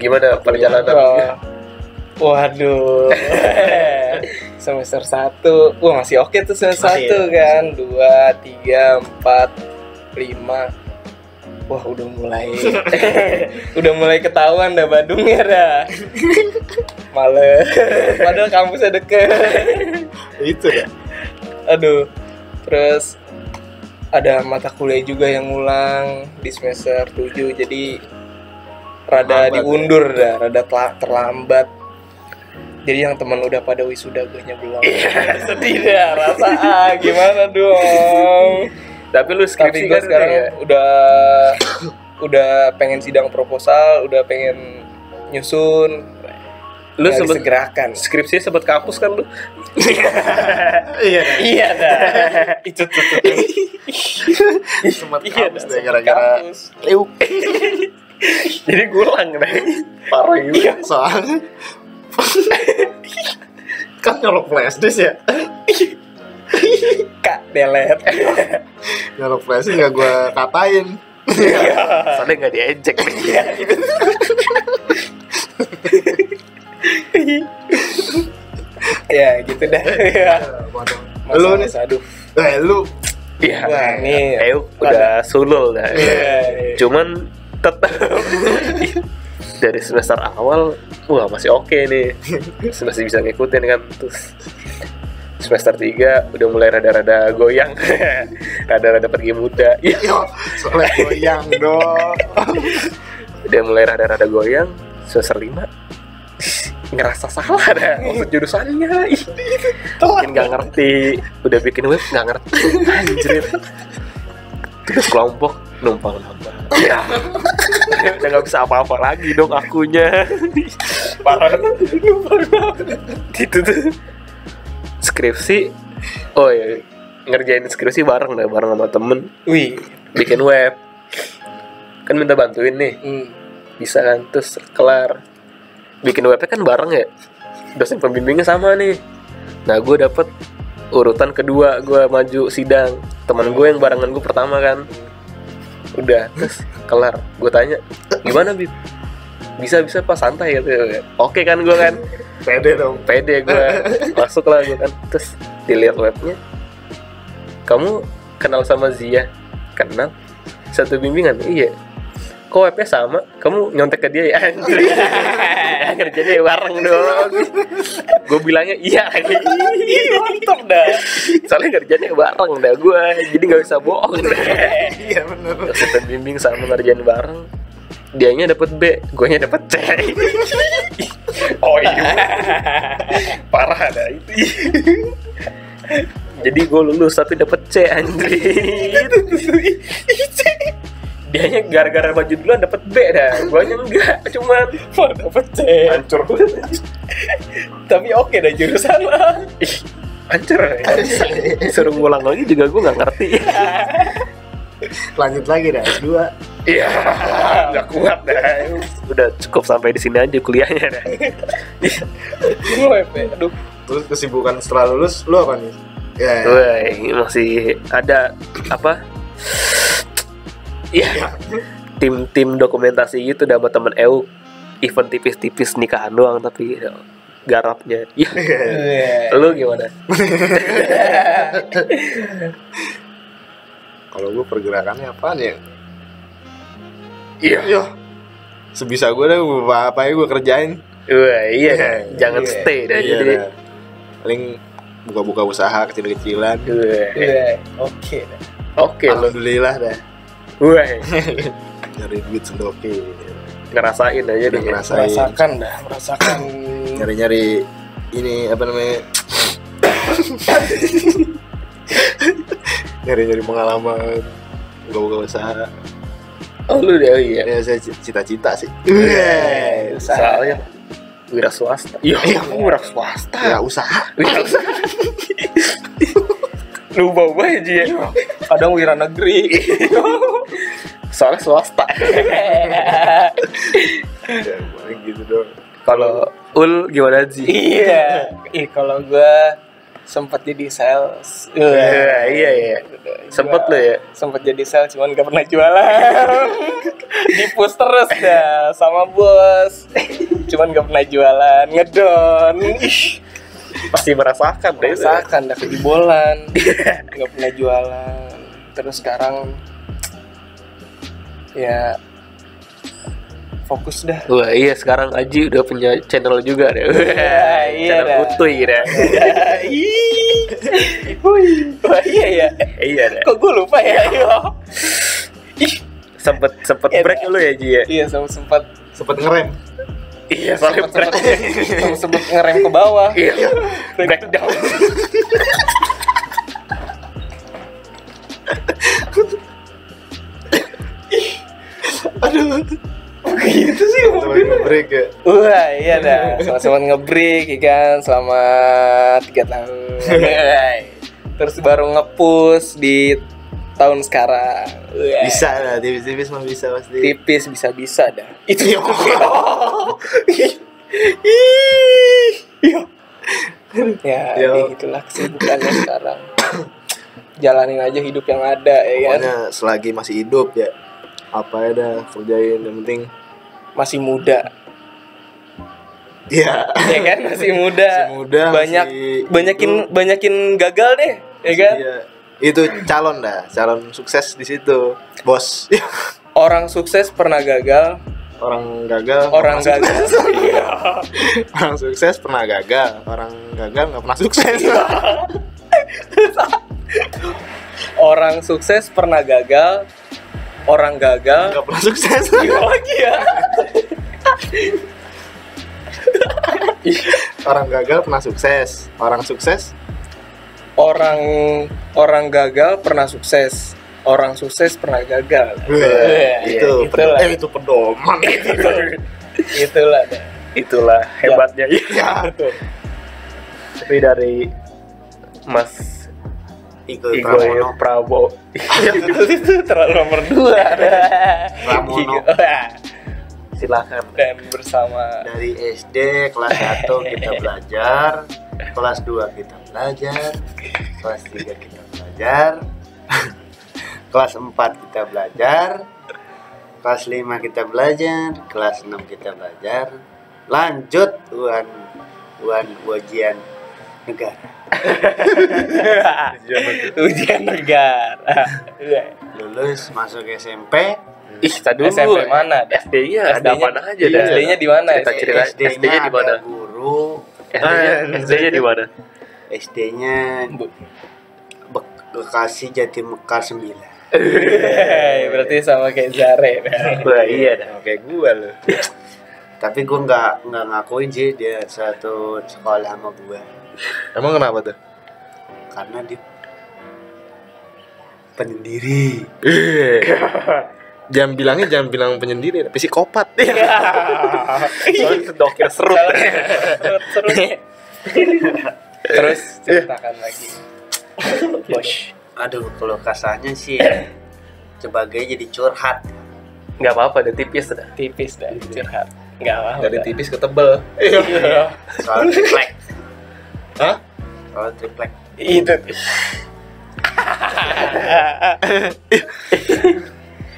Gimana perjalanan?
Wah. gitu. Waduh. semester 1. Wah, masih oke tuh semester
Masih,
1 kan. 2, 3, 4, 5. Wah, udah mulai. udah mulai ketahuan dah Badungnya dah. Males. Padahal kampusnya deket.
itu ya
Aduh. Terus ada mata kuliah juga yang ngulang di semester 7 jadi rada
Lambat
diundur dah, rada tela- terlambat. Jadi yang teman udah pada wisuda gue belum. Sedih dah rasa ah, gimana dong.
Tapi lu
Tapi
skripsi
gue
kan
sekarang
udah ya?
udah udah pengen sidang proposal, udah pengen nyusun
Lu
nyari
sempet
segerakan.
skripsi sempet kampus kan lu?
Iya dah. Itu tuh. tuh, tuh.
sempat kampus deh
sempet
gara-gara
kampus.
liuk
Jadi gulang deh.
parah gitu kan soalnya kan nyolok flashdisk ya
Kak delete.
nyolok flashdisk nggak gue katain
Soalnya nggak diejek.
ya gitu dah. Ya. Masa
lu nih
masa, aduh.
eh lu
Iya.
Wah, ini
Eh, udah sulul dah.
Iya.
Cuman tetap dari semester awal wah masih oke nih. Masih bisa ngikutin kan terus semester 3 udah mulai rada-rada goyang. rada-rada pergi muda. Iya.
yo soalnya goyang dong
udah mulai rada-rada goyang semester 5 ngerasa salah dah maksud jurusannya Ih, mungkin nggak ngerti udah bikin web nggak ngerti anjir terus kelompok numpang nambah ya udah nggak bisa apa-apa lagi dong akunya parah numpang nambah gitu tuh skripsi oh ya ngerjain skripsi bareng dah bareng sama temen
Wih.
bikin web kan minta bantuin nih
Hmm.
bisa kan terus kelar bikin WP kan bareng ya dosen pembimbingnya sama nih nah gue dapet urutan kedua gue maju sidang teman gue yang barengan gue pertama kan udah terus kelar gue tanya gimana bib bisa bisa pas santai gitu oke kan gue kan
pede dong
pede gue masuk lah gue kan terus dilihat webnya kamu kenal sama Zia kenal satu bimbingan iya kok webnya sama kamu nyontek ke dia ya anjir kerjanya bareng dong gue bilangnya iya lagi
Mantap dah.
soalnya kerjanya bareng dah gue jadi nggak bisa bohong dah
iya bener
kita bimbing sama ngerjain bareng dianya dapat B, guanya dapat C. oh iya. Parah ada itu. Jadi gue lulus tapi dapat C anjir. Dianya gara-gara baju duluan dapat B dah, guanya enggak, cuman
Wah, dapet C.
hancur.
Tapi oke dah jurusan lah.
Ih, hancur. ya. Suruh ngulang lagi juga gue nggak ngerti.
lanjut lagi dah dua
Iya, nggak kuat dah. Udah cukup sampai di sini aja kuliahnya dah.
Gue WP. ya, Aduh.
terus kesibukan setelah lulus lu apa nih ya
Woi, masih ada apa? Iya. Tim-tim dokumentasi gitu udah sama temen EU event tipis-tipis nikahan doang tapi ya, garapnya. Iya.
Eh.
Lu gimana?
kalau gue pergerakannya apaan ya
Iya.
yo Ya. sebisa gue deh apa apa yang gue kerjain
Wah, iya.
Iya.
Jangan stay dah
Iya,
jadi.
dah. paling buka-buka usaha kecil-kecilan
Wah,
Iya. Oke dah.
Oke lu.
alhamdulillah dah
Wah,
nyari duit sendoki
ngerasain aja
udah
deh.
ngerasain
Merasakan dah, merasakan.
nyari-nyari ini apa namanya nyari-nyari pengalaman buka-buka usaha
Oh, lu deh iya.
ya saya c- cita-cita sih
Iya. Usaha.
Soalnya wira swasta. Iya, wira swasta.
ya usaha
Wira swasta. Lu bau banget Ji, ya.
Kadang wira negeri.
soalnya swasta
ya, paling gitu dong
kalau ul gimana sih
Iya. Ih kalau gue sempat jadi sales. Eh.
Iya, iya, iya. Sempet lo ya?
Sempat jadi sales cuman gak pernah jualan. Di push terus dah sama bos. Cuman gak pernah jualan, ngedon. Ih,
Pasti merasakan deh. itu.
Rasakan dah kejebolan. Gak pernah jualan. Terus sekarang ya fokus dah
Wah iya sekarang Aji udah punya channel juga deh.
Iya, iya
channel
dah.
Utuy dah.
Ih, Hui. Wah, iya ya.
iya dah.
Kok gue lupa ya? Yo. Ih,
Sempet sempet
Iya,
break
dah.
lu ya Ji ya.
iya sempat sempat
Sempet ngerem.
Ya,
Iya, soalnya
sempat
break.
sempat ngerem ke bawah.
Iya. Break down.
Aduh.
Gitu sih
Temen break ya.
Wah, iya dah. Sama-sama ngebreak ya kan selama 3 tahun. Wah. Terus baru ngepush di tahun sekarang. Wah.
Bisa lah, tipis-tipis mah bisa pasti.
tipis bisa-bisa dah. Itu ya.
Iya.
Ih, iya. ya,
Iya.
ya gitulah kesibukannya sekarang. Jalanin aja hidup yang ada ya
eh.
kan.
Pokoknya selagi masih hidup ya apa ya dah kerjain yang penting
Masih muda,
ya
ya kan? Masih muda.
Masih muda,
Banyak
masih
banyakin
hidup.
banyakin gagal deh, ya kan?
Iya. itu calon dah calon sukses di situ bos
Orang sukses pernah gagal,
orang gagal
orang
nggak pernah
gagal. Iya.
sukses. orang sukses pernah gagal orang gagal nggak pernah sukses
Iya. orang sukses pernah gagal, orang gagal
nggak pernah sukses
Iya lagi ya.
orang gagal pernah sukses orang sukses
Orang orang gagal pernah sukses, orang sukses pernah gagal.
Wah,
Iya,
itu pedo-
itulah. Iya.
eh, itu pedoman
Itulah. dah.
Itulah hebatnya. Iya.
ya tuh
Tapi dari Mas
ya.
Igor
Igoy
Pramono
Prabowo.
Itu terlalu nomor dua.
Ramono.
Iya.
Silakan.
Dan bersama
dari SD kelas 1 kita belajar kelas 2 kita belajar kelas 3 kita belajar
Kelas 4 kita belajar, kelas 5 kita belajar, kelas 6 kita belajar. Lanjut uan uan ujian negara.
ujian negara. Iya.
Lulus masuk SMP,
Ih, tadi dulu.
SMP mana? dah?
SD-nya ada
SD-nya
mana aja
iya,
dah?
SD-nya di mana?
Cerita-cerita SD-nya di mana?
ada guru,
SD-nya SD-nya di mana?
SD-nya
Bu-
Bek- Bekasi Jati Mekar 9.
Hei, Iya, berarti sama kayak Zare. dah.
Wah, iya dah.
kayak gua lu
Tapi gue nggak nggak ngakuin sih dia satu sekolah sama gue
emang kenapa tuh
karena dia penyendiri.
jangan bilangnya jangan bilang penyendiri tapi psikopat
Iya.
Soalnya sedokir serut.
Terus- terus terus ceritakan lagi. Bosh.
Aduh kalau kasarnya sih sebagai jadi curhat.
Enggak apa-apa, udah tipis dah.
tipis dah curhat nggak apa
dari tipis ke tebel
Soal triplek,
Hah?
soal triplek.
itu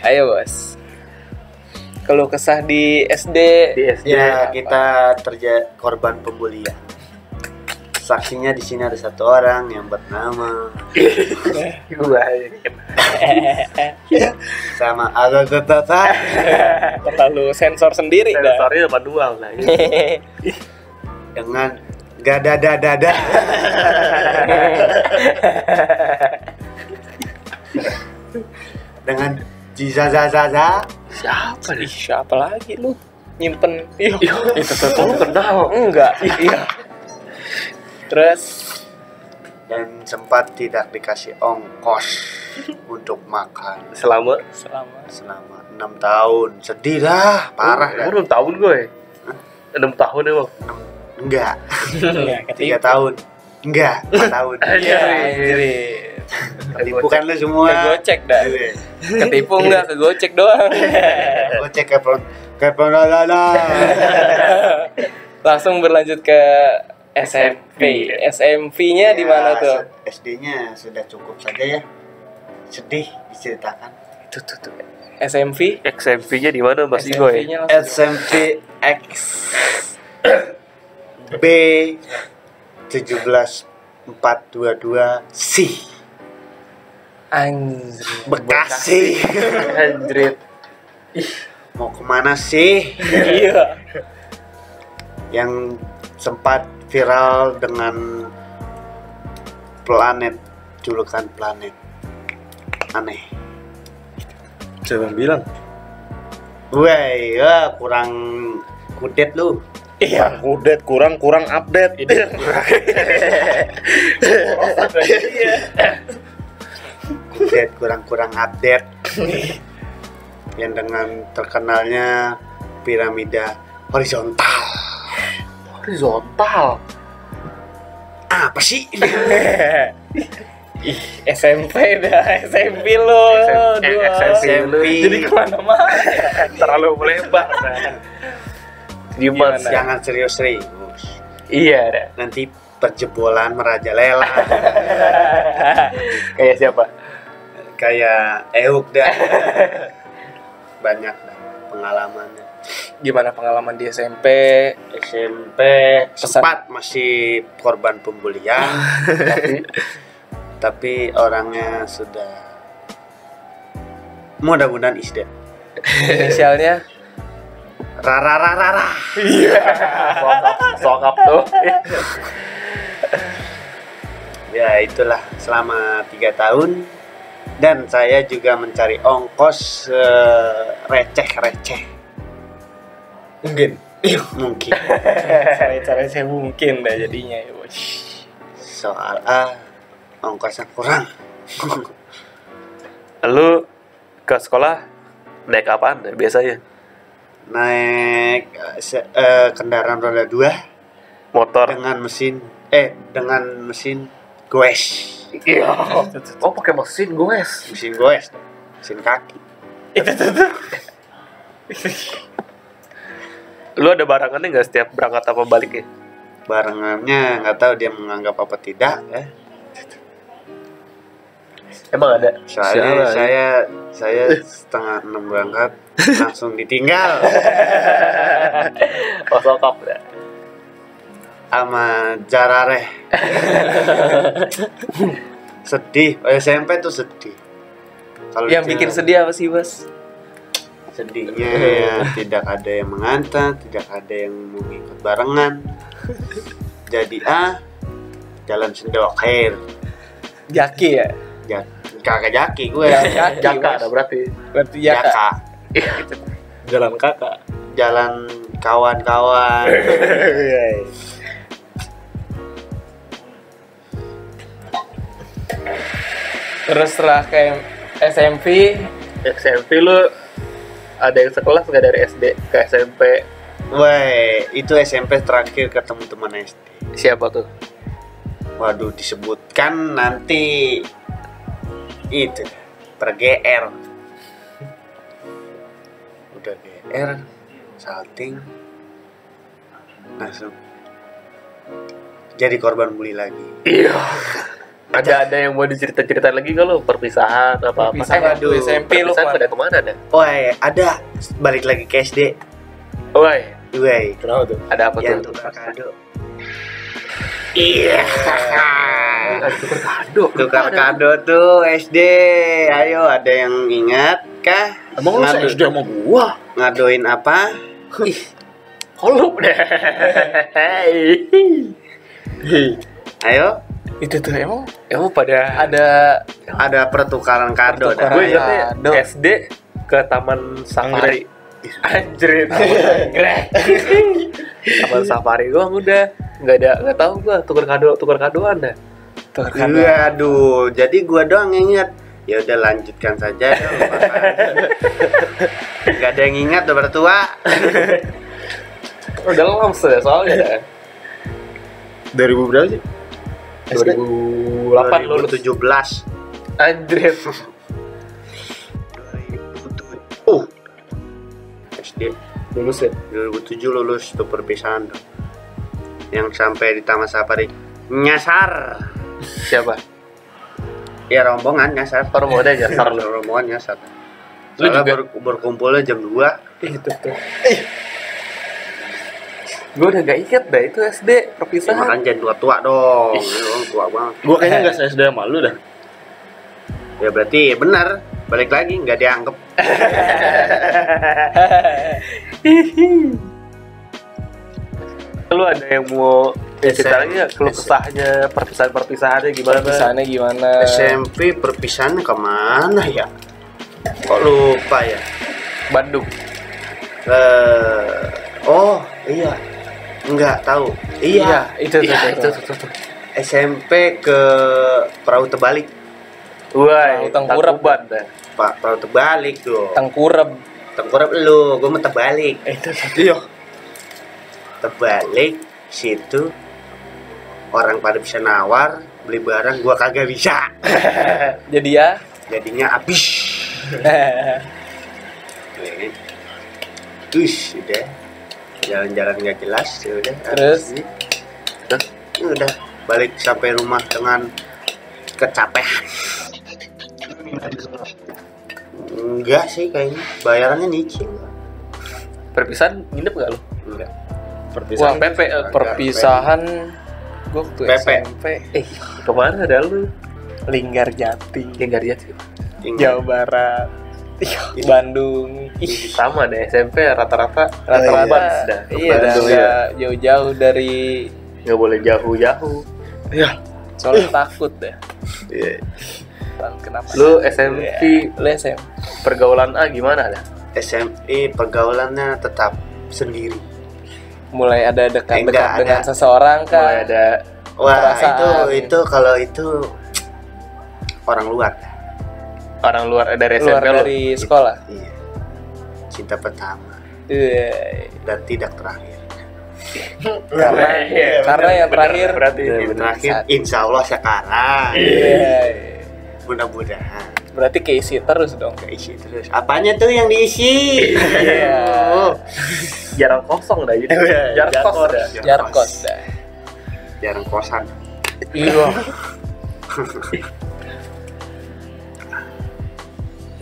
ayo bos kalau kesah di SD
Di SD.
Iya.
Ya kita terja korban pembulian. Saksinya di sini ada satu orang yang bernama
Gua
sama ada
terlalu sensor sendiri dah
sensornya manual lah.
dengan gada dada dada. dengan jizazazaza
Siapa
Ih, siapa lagi lu nyimpen Ih,
Itu tuh lu kenal.
enggak iya terus
dan sempat tidak dikasih ongkos untuk makan
Selama
selama
selama enam tahun sedih lah parah
Umur
kan
enam tahun gue. Enam tahun ya, emang.
enggak
ya,
tiga
ketiga
tahun enggak empat tahun
Iya, anjir.
Ketipu kan lu semua
kegocek dah
Iya.
ketipu enggak kegocek doang
gocek ke pron ke pron- la- la- la.
langsung berlanjut ke SMP. SMP-nya
Iya.
di mana tuh?
SD-nya sudah cukup saja ya. Sedih diceritakan.
Itu tuh tuh.
SMP?
SMP-nya di mana Mas Igo ya?
SMP-nya langsung.
SMP X B 17422 C
Anjir.
Bekasi.
Anjrit.
Mau kemana sih?
Iya.
Yang sempat viral dengan planet julukan planet aneh.
Siapa yang bilang?
Woi, wah, kurang kudet lu.
Eh,
Iya, update kurang kurang update.
update kurang-kurang update yang dengan terkenalnya piramida horizontal
Horizontal.
apa sih
Ih, SMP dah, SMP lo.
SMP,
Oh, Dua.
SMP.
Jadi kemana-mana.
Terlalu melebar. nah.
Gimana?
Gimana?
jangan serius-serius
Iya, dah.
nanti perjebolan merajalela
Kayak siapa?
kayak euk dah banyak dah pengalamannya
Gimana pengalaman di SMP?
SMP
Pesan.
sempat masih korban pembulian tapi, tapi orangnya sudah mudah-mudahan isdet
Inisialnya?
Rarararara.
Sokap, sokap tuh.
Ya itulah selama tiga tahun dan saya juga mencari ongkos eh, receh-receh
Mungkin.
mungkin
Cara-cara saya mungkin dah jadinya ya, Bos.
soal ah ongkosnya kurang.
Lu ke sekolah naik apaan dah biasanya?
Naik eh, se- eh, kendaraan roda dua
Motor.
dengan mesin eh dengan mesin goes
Iya. Oh, pakai mesin gue, Mas.
mesin goes mesin kaki
Lu ada barangannya nggak setiap berangkat ya? apa baliknya?
barengannya nggak tahu dia menganggap apa tidak ya
Emang ada?
Soalnya
ya?
Sialan.
saya saya setengah enam berangkat langsung ditinggal
Oh, sokap dah.
sama Jarareh. sedih, Oh, SMP tuh sedih. Kalau
Yang bikin
dicerita-
sedih apa sih, Bos?
sedihnya ya tidak ada yang mengantar, tidak ada yang mau ikut barengan. Jadi ah jalan sendok air.
Jaki ya?
Ja- kagak jaki
Oh,
gue.
Jaka,
Jaka ada berarti.
Berarti jaka.
Jaka.
Jalan kakak.
Jalan kawan-kawan. iya.
Terus setelah ke SMP,
SMP lu ada yang sekelas nggak dari SD ke SMP?
Woi, itu SMP terakhir ketemu teman SD.
Siapa tuh?
Waduh, disebutkan nanti itu per GR. Udah GR, salting, langsung jadi korban bully lagi.
Iya. Ada ada yang mau dicerita-ceritain lagi kalau perpisahan apa apa?
Perpisahan, aduh, SMP lu
perpisahan
kemana?
pada kemana dah?
Woi, ada balik lagi ke SD.
Woi,
Woi,
Kenapa tuh?
ada apa
yang
tuh?
tukar kado. Iya.
Ada tukar kado.
Tukar kado tuh SD. Ayo, ada yang ingat kah?
Emang lu
Ngadu-
se-SD sama gua?
ngadoin apa?
Kolup deh.
Ayo,
itu tuh emang
Emang pada
ada
ada pertukaran kado dah.
Pertukaran.
gue ingetnya
Kado.
SD ke Taman Safari. Anjrit.
Iya.
Taman Safari doang udah. Nggak ada nggak tahu gua tukar kado tukar kadoan dah.
tukar kado.
Waduh, jadi gua doang yang ingat. Ya udah lanjutkan saja. ya, lupakan. Gak ada yang ingat udah bertua.
Udah longs ya soalnya dah.
2000 berapa sih?
2008 lulus
2017.
Anjrit
2007. Uh. SD
lulus ya
2007 lulus tuh perpisahan tuh. yang sampai di Taman Safari nyasar
Siapa?
ya rombongan nyasar
Rombongan aja, nyasar lu.
rombongan nyasar
Lu
Soalnya
juga?
ber- berkumpulnya jam 2
itu tuh
Gue udah gak inget dah itu SD
ya,
perpisahan.
makan jangan tua tua dong Ini orang tua banget
Gue
Eh.
kayaknya nggak se-SD sama lu dah.
ya berarti benar balik lagi nggak dianggap
Lu ada yang mau ya,
SM.
cerita lagi nggak keluh kesahnya perpisahan perpisahannya gimana?
perpisahannya gimana
SMP perpisahan kemana ya kok lupa ya
Bandung.
eh oh iya nggak tahu iya,
itu tuh,
Iya,
tuh,
itu
tuh.
tuh, tuh.
SMP ke perahu tebalik
Wah,
Tahu tengkurap.
Tangkuban dah.
pak perahu tebalik tuh
tengkurep
tengkurap lu gue mau ya. tebalik
itu tuh.
Iya.
tebalik situ orang pada bisa nawar beli barang gua kagak bisa
jadi ya
jadinya habis terus udah jalan-jalan nggak jelas ya udah
Terus?
habis ini. Udah, ya udah balik sampai rumah dengan kecapean enggak sih kayaknya bayarannya nicil
Perpisahan nginep gak lu?
enggak
Wah,
Perpisahan.
Pepe. eh, per-
perpisahan gue waktu
Pepe.
SMP
Eh, kemana dah lu?
Linggar Jati
Yang gak lihat sih.
Jawa Barat Iya, Bandung Ih,
Sama deh SMP rata-rata
rata-rata
urban dah.
iya dah
Bandung,
nggak jauh-jauh dari
Nggak boleh jauh-jauh.
soalnya takut deh
Iya.
Bang, kenapa Iya.
Lu SMP
lu SMP
pergaulan A gimana dah?
SMI E, pergaulannya tetap sendiri
mulai ada dekat-dekat
Enggak,
dengan
ada.
seseorang kan
Mulai ada
wah
Perasaan.
itu itu kalau itu orang luar
orang luar dari
keluar
SMP lu.
dari sekolah
iya cinta pertama
Iya.
dan tidak terakhir
karena ya,
Iya,
karena yang terakhir
Berarti
yang terakhir insya Allah sekarang
Iya.
mudah-mudahan
berarti keisi terus dong
keisi terus apanya tuh yang diisi
Iya.
Oh,
jarang kosong dah jadi. jarang
Jarkos
kosong
dah.
dah.
Jarkos dah.
jarang kosan
Iya.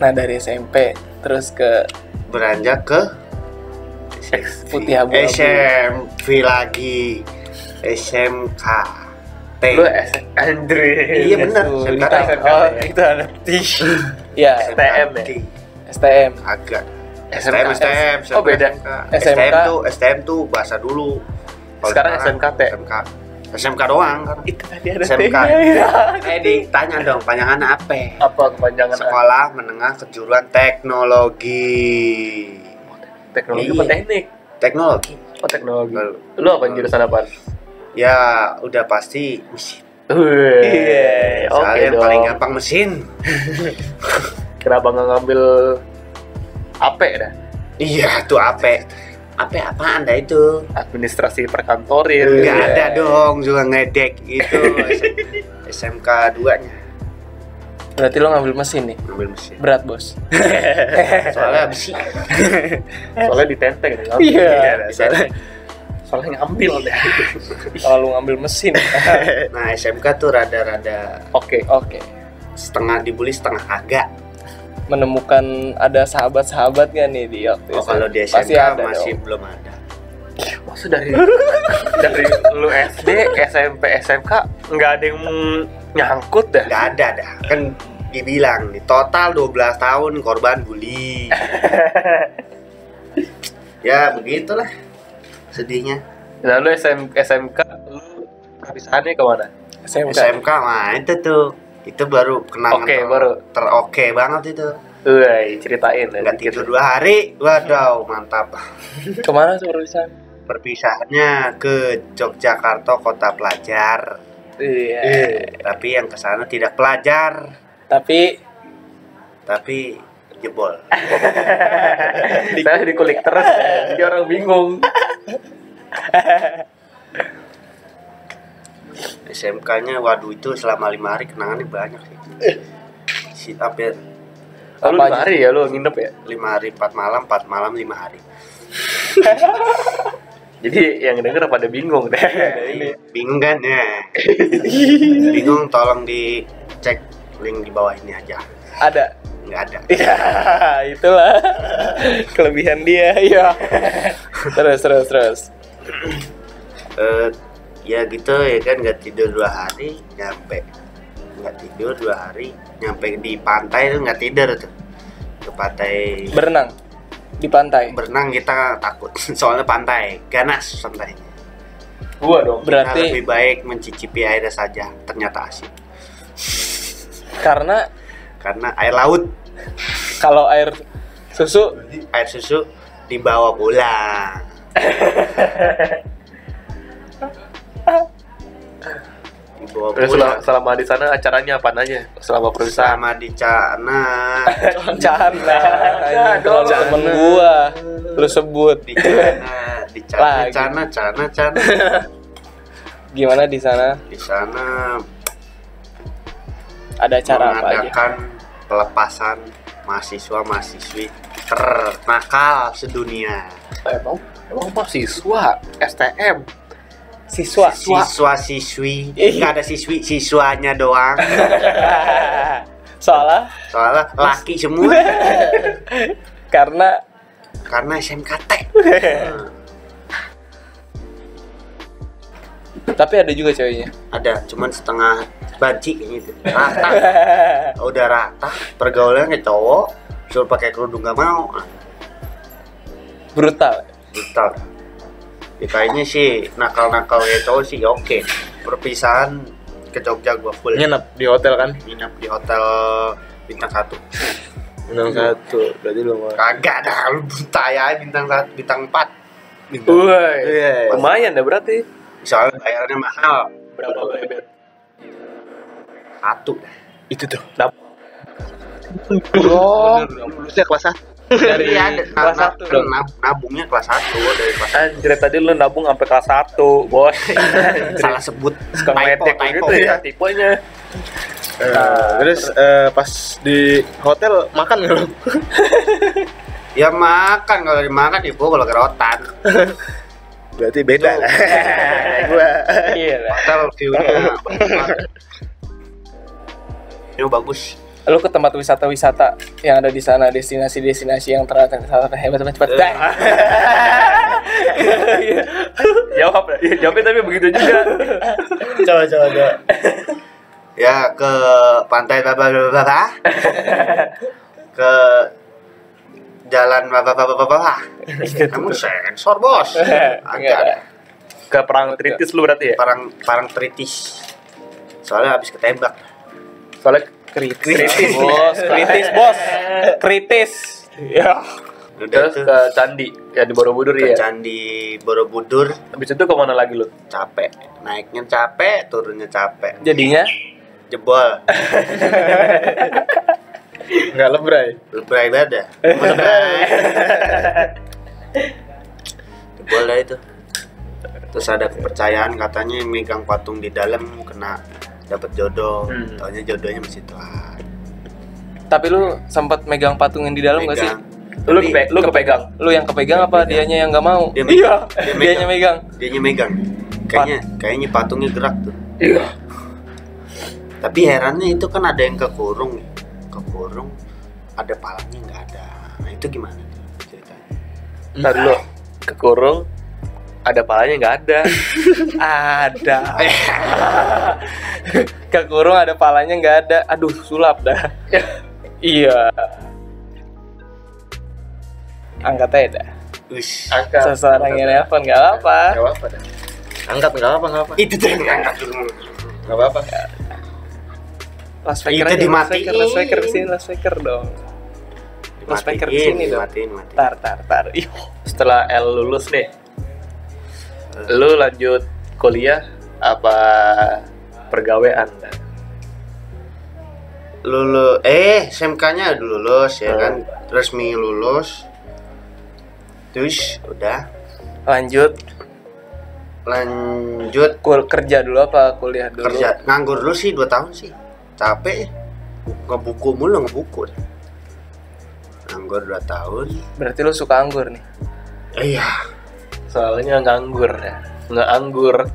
nah dari SMP terus ke
beranjak ke
putih abu-abu.
SMP lagi SMK T
Lu S- Andre.
iya benar
Tuh,
SMK
ditanya. oh itu anak ya
STM ya?
STM
agak
SMK.
STM STM
Oh, beda.
SMK.
STM tuh STM tuh bahasa dulu Kalau
Sekarang SMKT.
SMK SMK doang kan
itu tadi ada
SMK.
T-nya, ya.
eh ditanya dong panjangannya apa
Apa kepanjangan A?
Sekolah Menengah Kejuruan Teknologi.
teknologi
Iya.
apa teknik?
Teknologi.
Oh, teknologi. Lu apa jurusan apa?
Ya udah pasti mesin.
Iya, oke
Soalnya yang
dong.
paling gampang mesin.
Kenapa nggak ngambil AP dah?
Iya tuh ape. Ape apaan dah itu?
Administrasi perkantorin.
Enggak
Iya.
ada dong juga ngedek gitu. SMK 2 nya
berarti lo ngambil mesin nih
ngambil mesin.
berat bos
Soalnya besi.
Soalnya ditenteng dah, ngambil.
Iya.
dah, soalnya- Soalnya ngambil dah.
kalau lo ngambil mesin
Nah SMK tuh rada-rada
Oke.
oke
setengah dibully setengah kagak.
menemukan ada sahabat-sahabat gak nih di waktu
Iya,
Oh,
itu?
kalau di
Pasti
SMK
ada
masih
dong.
belum ada.
Maksud dari dari lu SD, SMP, SMK nggak ada yang nyangkut dah.
Nggak ada dah. Kan dibilang di total 12 tahun korban bully. ya begitulah sedihnya.
Nah lu SM, SMK lu perpisahannya kemana?
SMK.
SMK mah itu tuh itu baru kenangan
Oke,
ter-
baru.
teroke banget itu
Woi ceritain dah
nggak
dikit.
tidur dua hari waduh mantap
Kemana tuh urusan?
perpisahannya ke Yogyakarta kota pelajar
Iya.
Eh.
tapi yang kesana tidak pelajar
Tapi
tapi jebol
Saya dikulik terus, dah. jadi orang bingung.
SMK-nya waduh itu selama lima hari kenangannya banyak sih. Si hampir
Oh, Lu
Apa
lima
aja?
hari ya lu nginep ya?
lima hari empat malam empat malam lima hari.
Jadi yang denger pada bingung deh.
Bingung kan ya? Bingung tolong dicek link di bawah ini aja.
Ada.
Nggak ada.
Ya, itulah kelebihan dia. Ya. terus terus terus.
Eh, ya gitu ya kan nggak tidur dua hari nyampe nggak tidur dua hari nyampe di pantai tuh nggak tidur tuh ke pantai
Berenang di pantai.
berenang kita takut soalnya pantai ganas pantainya
Gua dong.
Berarti
Berarti
lebih baik mencicipi airnya saja ternyata asin
karena
karena air laut
kalau air susu
air susu dibawa pulang dibawa
Terus selama,
pulang
Eh, selama di sana acaranya apa aja? Selama perusahaan.
sama di Cana
canda
Canda dong.
Eh, temen gua lu sebut
di Cana di Cana
Lagi.
Cana Cana Cana
gimana di sana
di sana
ada acara apa aja
mengadakan pelepasan mahasiswa mahasiswi ternakal sedunia
Emang emang mahasiswa STM.
siswa
siswa siswi
Ih.
nggak ada siswi siswanya doang
soalnya
soalnya oh, laki semua
karena
karena SMKT
tapi ada juga ceweknya
ada cuman setengah banci gitu rata udah rata pergaulannya cowok suruh pakai kerudung nggak mau ah,
brutal
brutal ya, kayaknya sih nakal nakal ya cowok sih ya oke perpisahan ke Jogja gua full
nginep di hotel kan
nginep di hotel bintang satu
bintang satu berarti lu mau
kagak dah lu tayang bintang satu bintang empat
Woi.
Iya.
Lumayan
ya
dah berarti.
soalnya bayarnya mahal
Berapa bayar?
satu
itu tuh
Oh,
lulusnya kelas satu
dari
Iya, ada-
kelas
nab-
satu dong
nab- nabungnya kelas satu dari kelas
anjir tadi lu nabung sampai kelas 1, Bos.
salah sebut
Suka ngeledek gitu ya tipenya.
terus eh, pas di hotel makan nggak lu
ya makan kalau dimakan ya gua kalau kerotan
berarti beda lah gua
iya lah.
hotel view-nya bagus banget. view bagus
lu ke tempat wisata-wisata yang ada di sana destinasi-destinasi yang ternyata ternyata hebat hebat hebat
Eh.
dah
Jawab,
Iya,
ya, jawabnya tapi begitu juga.
coba coba coba
ya ke pantai baba baba baba ke jalan baba baba baba baba kamu sensor bos
Enggak ada.
agak
Ke perang tritis lu berarti ya?
parang parang tritis soalnya habis ketembak
Soalnya
kritis bos kritis bos kritis ya
udah
terus
itu
ke candi ya di Borobudur
Iya.
ke
ya.
candi borobudur
Habis itu kemana lagi lu?
capek naiknya capek turunnya capek
jadinya
jebol
nggak lebray
lebay banget ya? dah lebay jebol dah itu terus ada kepercayaan katanya yang megang patung di dalam kena dapat jodoh
Hmm.
taunya jodohnya masih Tuhan
tapi lu sempat megang patung yang di dalam gak sih
Megang.
Lu
Tapi
kepe, lu kepegang.
lu yang kepegang apa dianya yang nggak mau
Dia megang.
iya
Dia megang.
dianya megang
dianya megang kayaknya kayaknya patungnya gerak tuh
Iya.
tapi herannya itu kan ada yang kekurung kekurung ada palanya nggak ada nah itu gimana tuh ceritanya
Ntar lu kekurung ada palanya nggak ada.
ada kekurung ada palanya nggak ada aduh sulap dah iya angkat aja dah
Ush.
seseorang yang nelfon nggak apa
nggak apa apa angkat nggak apa nggak apa
itu tuh yang ngangkat dulu
nggak apa apa
Las Faker
Itu
aja, Las
dimatiin.
Faker, Las Faker kesini, Las Faker dong Mas Peker kesini dong.
dimatiin, dimatiin.
Tar, tar, tar Ih,
Setelah L lulus nih. Lu lanjut kuliah apa pergawean?
lulus eh SMK-nya udah lulus ya kan resmi lulus terus udah
Lanjut,
lanjut
kul kerja dulu apa kuliah dulu?
kerja nganggur dulu sih dua tahun sih capek ngebuku mulu ngebuku nganggur dua tahun
Berarti lu suka anggur nih
iya
soalnya nganggur ya nggak anggur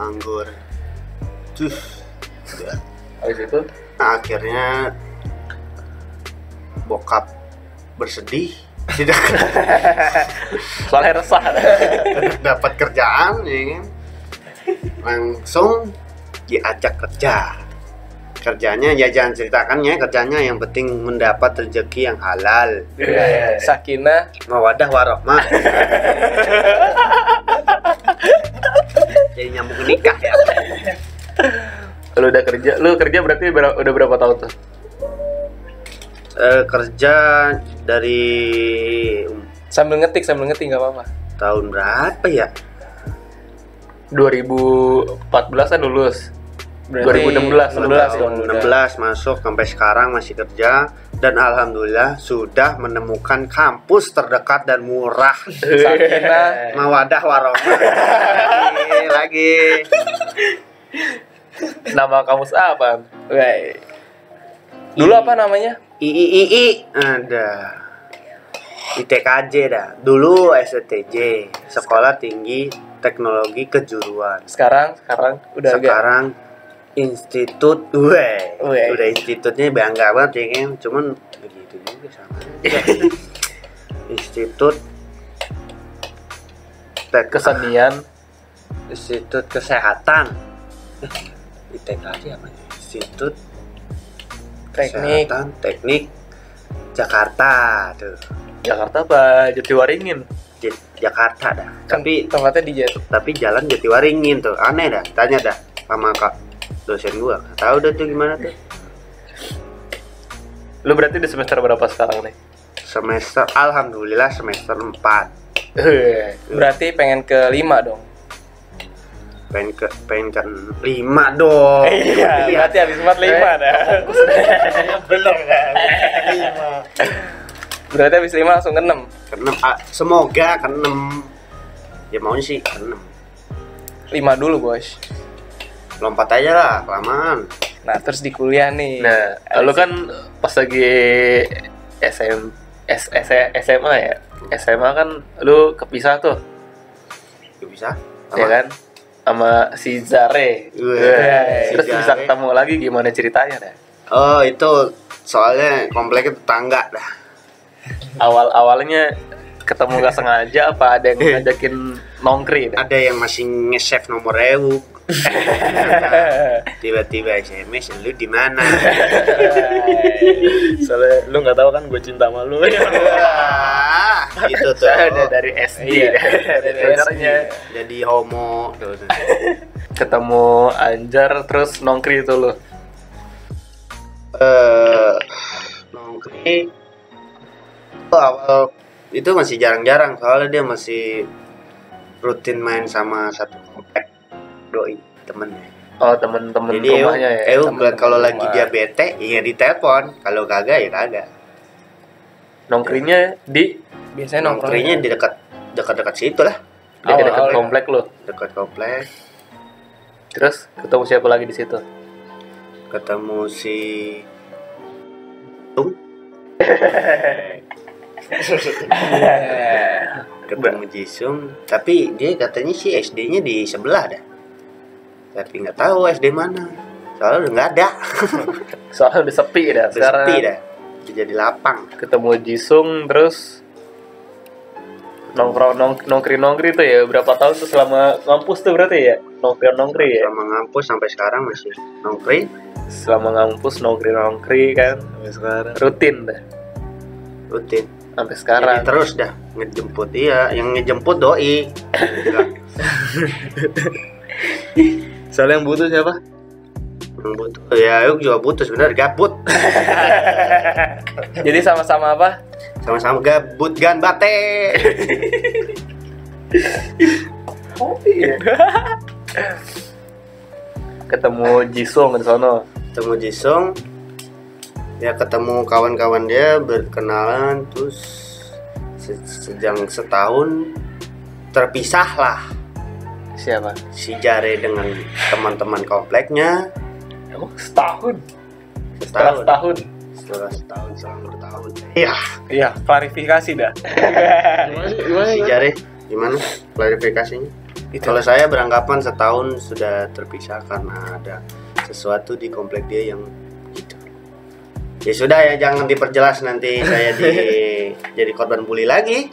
anggur Tuh. Udah.
habis itu
Nah, akhirnya bokap bersedih tidak
soalnya resah
dapat kerjaan ya kan langsung diajak kerja kerjanya ya jangan ceritakannya kerjanya yang penting mendapat rezeki yang halal
Sakina
mawadah warohmah jadi nyambung ke nikah ya
lu udah kerja lu kerja berarti ber- udah berapa tahun tuh
Eh, kerja dari
sambil ngetik sambil ngetik nggak apa-apa.
tahun berapa ya
2014 an lulus
16
2016,
dong.
16
udah.
masuk sampai sekarang masih kerja dan alhamdulillah sudah menemukan kampus terdekat dan murah
Sakina
mawadah warohmah lagi, lagi
nama kamus apa
Wey. Dulu apa namanya?
iiii ada ITKJ dah dulu STJ sekolah tinggi teknologi kejuruan
Sekarang sekarang udah agak
sekarang institut gue
Weh.
udah institutnya bangga banget ya kan cuman begitu juga sama aja. institut tek
kesenian
institut kesehatan Eh, ITK aja apa ya? institut
teknik.
kesehatan teknik Jakarta tuh
Jakarta apa Jatiwaringin
J- Jakarta dah
Kan
tapi
tempatnya di Jet.
tapi jalan Jatiwaringin tuh aneh dah tanya dah sama kak dosen gua Nggak tahu dah tuh gimana tuh
lu berarti di semester berapa sekarang nih
semester alhamdulillah semester 4
Berarti pengen ke lima dong.
pengen ke pengen ke lima
Oh.
dong
Iya, berarti habis empat lima dah. Belum kan. Berarti habis lima langsung ke enam.
ke enam ah, semoga ke enam ya maunya sih ke enam
Lima dulu bos.
lompat aja lah kelamaan
Nah terus di kuliah nih.
nah lu kan pas lagi SM S- S- SMA ya SMA kan lu kepisah tuh
gak bisa
ya
Iya.
kan sama si Zare
Weh,
Weh.
si
terus bisa
Zare.
ketemu lagi gimana ceritanya deh
oh itu soalnya kompleknya tetangga dah
awal awalnya ketemu nggak sengaja apa ada yang ngajakin nongkri dah?
ada yang masih nge-save nomor rewu tiba-tiba sms lu di mana
Soalnya lu nggak tahu kan gue cinta sama lu.
Wah, gitu tuh
Saya ada dari SD
Iya,
dah.
dari
Sebenarnya
SD.
jadi homo tuh, tuh.
ketemu Anjar terus nongkri itu lo
eh nongkri itu oh, awal itu masih jarang-jarang soalnya dia masih rutin main sama satu komplek doi temennya
oh temen-temen
jadi eu,
rumahnya ya
eu
temen-temen
kalau
rumah.
lagi dia bete ya ditelepon kalau kagak ya kagak
nongkrinya di
Biasanya
nongkrinya
nongkrongnya
di dekat dekat-dekat situ lah
dekat-dekat
Awal-awal.
komplek lo
dekat komplek
terus ketemu siapa lagi di situ
ketemu si Tung ketemu Jisung tapi dia katanya sih SD-nya di sebelah dah tapi nggak tahu SD mana soalnya udah nggak ada
soalnya udah sepi dah
Udah
sekarang
sepi dah Udah jadi lapang
ketemu Jisung terus nongkrong nong, nongkri nongkri tuh ya berapa tahun tuh selama ngampus tuh berarti ya nongkri nongkri ya
selama ngampus sampai sekarang masih nongkring
selama ngampus nongkri nongkri kan
Sampai sekarang.
rutin dah
rutin
sampai
jadi
sekarang
terus dah ngejemput iya yang ngejemput doi Enggak,
Soalnya yang butuh siapa?
yang butuh ya aku juga butuh sebenarnya gabut
Jadi sama-sama apa?
sama-sama gabut gan bate
ketemu Jisung di sono
ketemu Jisung ya ketemu kawan-kawan dia berkenalan terus se- sejak setahun terpisahlah
siapa
si Jare dengan teman-teman kompleknya
emang setahun setelah
setahun
setahun
setelah setahun selama bertahun ya
Iya, klarifikasi dah.
si Jare gimana klarifikasinya?
Itu.
Kalau saya beranggapan setahun sudah terpisah karena ada sesuatu di komplek dia yang gitu. Ya sudah ya jangan diperjelas nanti saya di jadi korban bully lagi.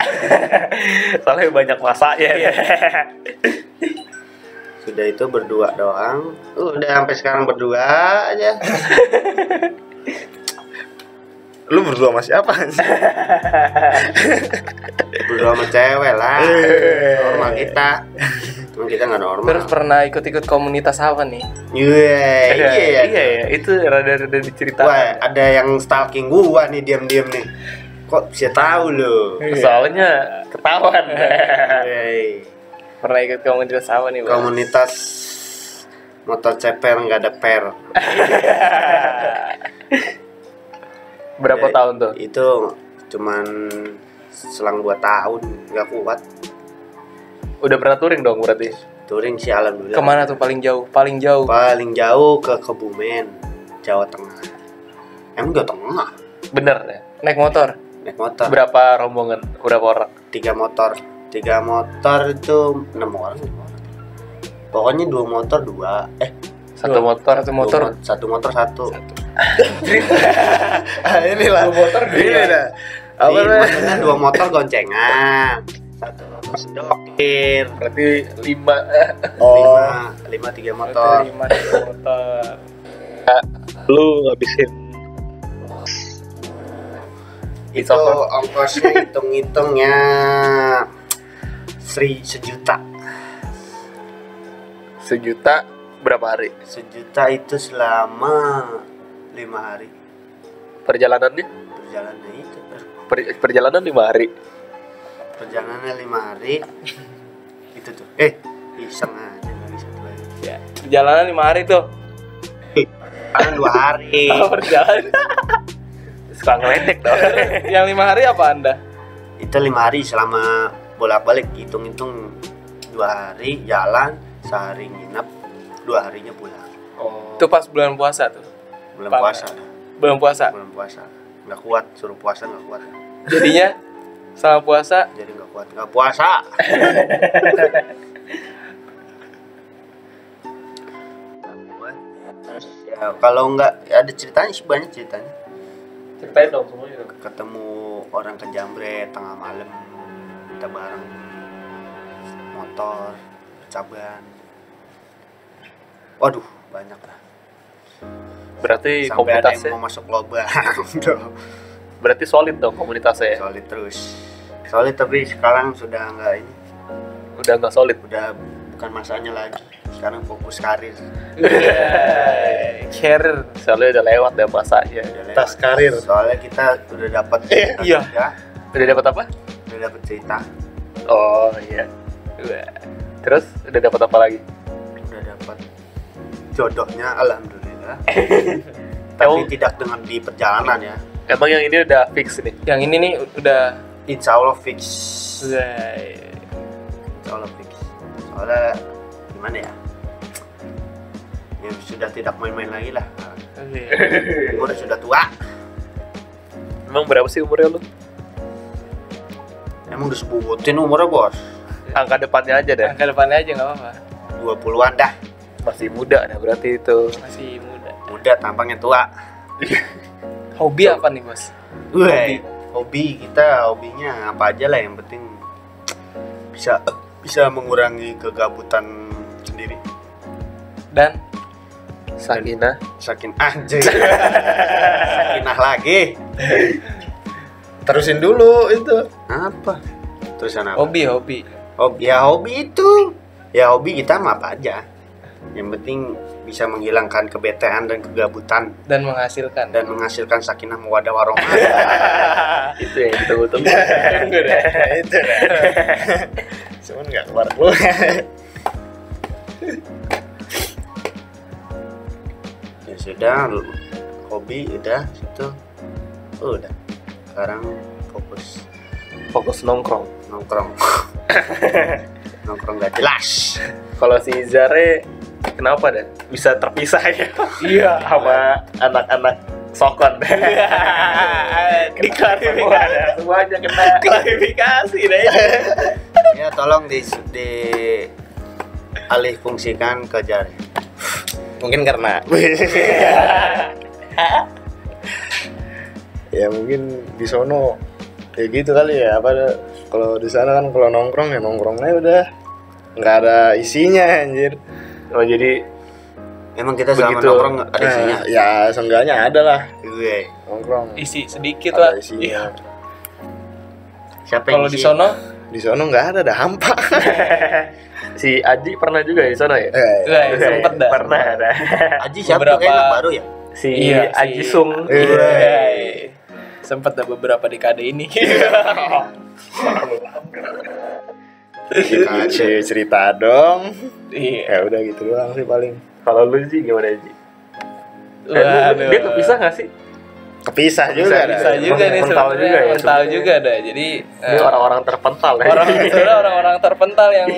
Soalnya banyak masanya. ya.
Sudah itu berdua doang. Udah sampai sekarang berdua aja.
Lu berdua sama siapa?
Berdua sama cewek lah. Normal kita. Cuman kita nggak normal.
Terus pernah ikut-ikut komunitas apa nih?
Iya,
Iya,
iya,
iya, iya, itu rada-rada diceritakan.
Wah, ada yang stalking gua nih diam-diam nih. Kok bisa tahu lo?
Iya. Soalnya ketahuan.
Hey,
Pernah ikut komunitas apa nih? Bang?
komunitas motor ceper nggak ada per.
Berapa
Eh,
tahun tuh?
Itu cuman selang 2 tahun nggak kuat.
Udah pernah touring dong berarti?
Touring sih alhamdulillah.
Kemana tuh paling jauh? Paling jauh
Paling jauh ke Kebumen, Jawa Tengah. Emang Jawa Tengah?
Bener ya?
naik motor?
Naik motor.
Berapa rombongan? Berapa orang?
tiga motor tiga motor itu enam orang enam orang. pokoknya dua motor dua eh
Satu
Dua-
motor.
Satu
dua
motor.
mo- satu motor satu,
ah, inilah.
motor Iya.
Ini dah.
Di
Apa namanya?
motornya dua motor goncengan satu sedokir
Berarti lima.
Oh,
lima lima tiga
Motor.
motor
Lima naik motor.
Lu ngabisin
itu ongkosnya hitung hitungnya Seri sejuta
Sejuta berapa hari?
sejuta itu selama lima hari
Perjalanannya?
perjalanan itu eh,
Per- perjalanan lima hari.
perjalanannya lima hari itu tuh eh iseng aja lagi satu lagi
Ya, perjalanan lima hari tuh.
Karena dua hari.
Oh, perjalanan.
Suka ngeledek dong.
Yang lima hari apa anda?
Itu lima hari selama bolak-balik hitung-hitung dua hari jalan, sehari nginep, dua harinya pulang.
Itu pas bulan puasa tuh.
Belum
Parah.
puasa,
Bulan puasa.
belum puasa. Nggak kuat, suruh puasa nggak kuat.
Jadinya selama puasa
Jadi nggak kuat, nggak puasa. ya, kalau nggak ya ada ceritanya sih banyak ceritanya.
Ceritain dong semuanya.
ketemu orang kejamret tengah malam kita bareng motor caban waduh banyak lah
Berarti
sampai ada
komunitasnya,
yang mau masuk lobang Udah,
berarti solid dong komunitasnya. ya?
solid terus solid tapi sekarang sudah nggak ini
Udah nggak solid.
udah bukan masanya lagi sekarang fokus karir
carer.
Soalnya udah lewat deh masanya.
Udah lewat.
Tas karir.
soalnya kita udah dapat cerita
iya.
juga,
Udah dapat apa?
udah dapat cerita
Oh iya. Wah. Terus udah dapat apa lagi?
udah dapat jodohnya alhamdulillah tapi
Emang,
tidak dengan di perjalanan ya
emang yang ini udah fix nih.
Yang ini nih udah
Insya Allah fix.
udah
Insya Allah fix. Soalnya gimana ya? Ya sudah tidak main-main lagi lah.
Oke.
Umur sudah tua.
Emang berapa sih umurnya lu?
Emang disebutin umurnya bos.
Angka depannya aja deh.
Angka depannya aja nggak apa-apa.
20-an dah.
Masih muda nah berarti itu.
Masih muda.
Muda tampangnya tua.
Hobi apa nih bos?
Weh. Hobi kita hobinya apa aja lah yang penting bisa bisa mengurangi kegabutan sendiri.
Dan
Sakina.
Sakin anjing. Sakinah lagi.
terusin dulu itu.
Apa? Terusan apa?
hobi hobi.
Hobi, ya hobi itu. Ya hobi kita mah apa aja. Yang penting bisa menghilangkan kebetean dan kegabutan
dan menghasilkan
dan menghasilkan sakinah mawaddah warahmah.
itu yang ditunggu-tunggu.
itu dah. Cuman nggak keluar keluar.
ya sudah, lu- hobi udah situ. Udah. Sekarang fokus
Fokus nongkrong.
nongkrong. nongkrong gak jelas.
Kalau si Zare kenapa deh bisa terpisah ya? Iya, sama anak-anak sokon. Diklarifikasi semuanya kena.
klarifikasi deh
ya tolong di di alih fungsikan ke jari
Mungkin karena
ya mungkin di sono ya gitu kali ya apa ada- kalau di sana kan kalau nongkrong ya nongkrongnya udah nggak ada isinya anjir
Oh jadi
emang kita selama
Begitu.
nongkrong nggak ada isinya Iya.
Nah, ya seenggaknya ada lah
gue
nongkrong
isi sedikit lah.
ada
Iya.
isinya
siapa
Kalau
yang
di
isi?
sono
di sono nggak ada ada hampa
si Aji pernah juga di sana ya?
Eh,
Lah, sempet dah.
Pernah ada.
Aji siapa
Beberapa-
Kayaknya anak baru ya
Si
Iya, si-
Aji Sung.
Iya.
Wey. Sempet ada beberapa dekade ini.
Iya.
gitu sih, cerita dong
Iya.
ya udah gitu doang sih paling
Kalau lu sih gimana Aji? Eh, lu-
Waduh.
Dia kepisah gak sih?
kepisah juga ada.
Bisa juga nih
Mental
sebenarnya,
juga ya,
mental
sebenarnya.
juga ada. Jadi
Dia
eh,
orang-orang terpental ya.
orang sebenarnya orang-orang terpental yang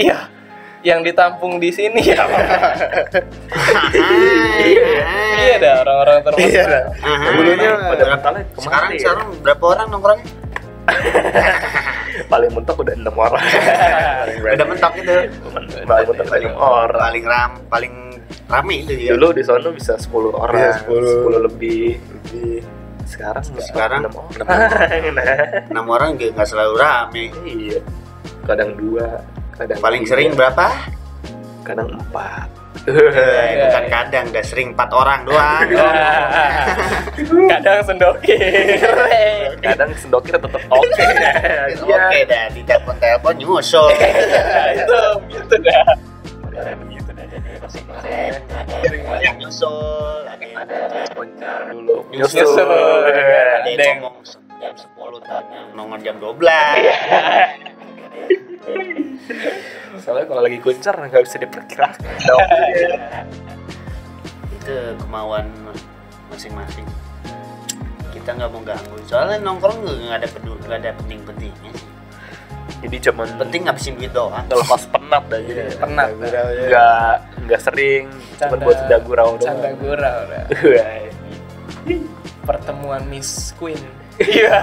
iya yang ditampung di sini ya. iya ada orang-orang terpental.
iya dah.
Aha.
Dulunya pada mentalnya
sekarang
kemana ya?
sekarang berapa orang nongkrongnya
Paling mentok udah 6 orang.
udah mentok itu
Paling mentok udah 6 orang.
paling ram paling rame itu ya
Dulu di sana bisa 10 orang,
Iya,
10.
10.
lebih.
Lebih-
Sekarang nggak,
Sekarang
enam
Ah,
orang. Nah,
enam orang juga nggak selalu rame
iya. Kadang dua, kadang
paling
tiga,
sering berapa
kadang empat.
iya,
Eh, bukan kadang udah sering empat orang doang
Kadang sendokin.
kadang sendokir tetap oke.
iya.
oke dah di telepon telepon nyusul
Nah, itu itu dah.
ada yang nyusul ada yang
dulu.
Nyusul. Iya.
ada
Ada
yang
yang- Iya.
ngomong se- jam sepuluh tanya nongol jam dua belas
Soalnya kalau lagi kuncar nggak bisa diperkirakan.
itu kemauan masing-masing kita nggak mau ganggu soalnya nongkrong juga nggak ada peduli nggak ada penting-pentingnya sih
Jadi cuman
penting ngabisin duit doang
lepas penat dan jadi
Penat.
Lebih dah, ya.
nggak nggak sering cuman
Canda-
buat sedang gurau doang. Iya,
Canda gurau dah.
Wah,
Pertemuan Miss Queen. Iya,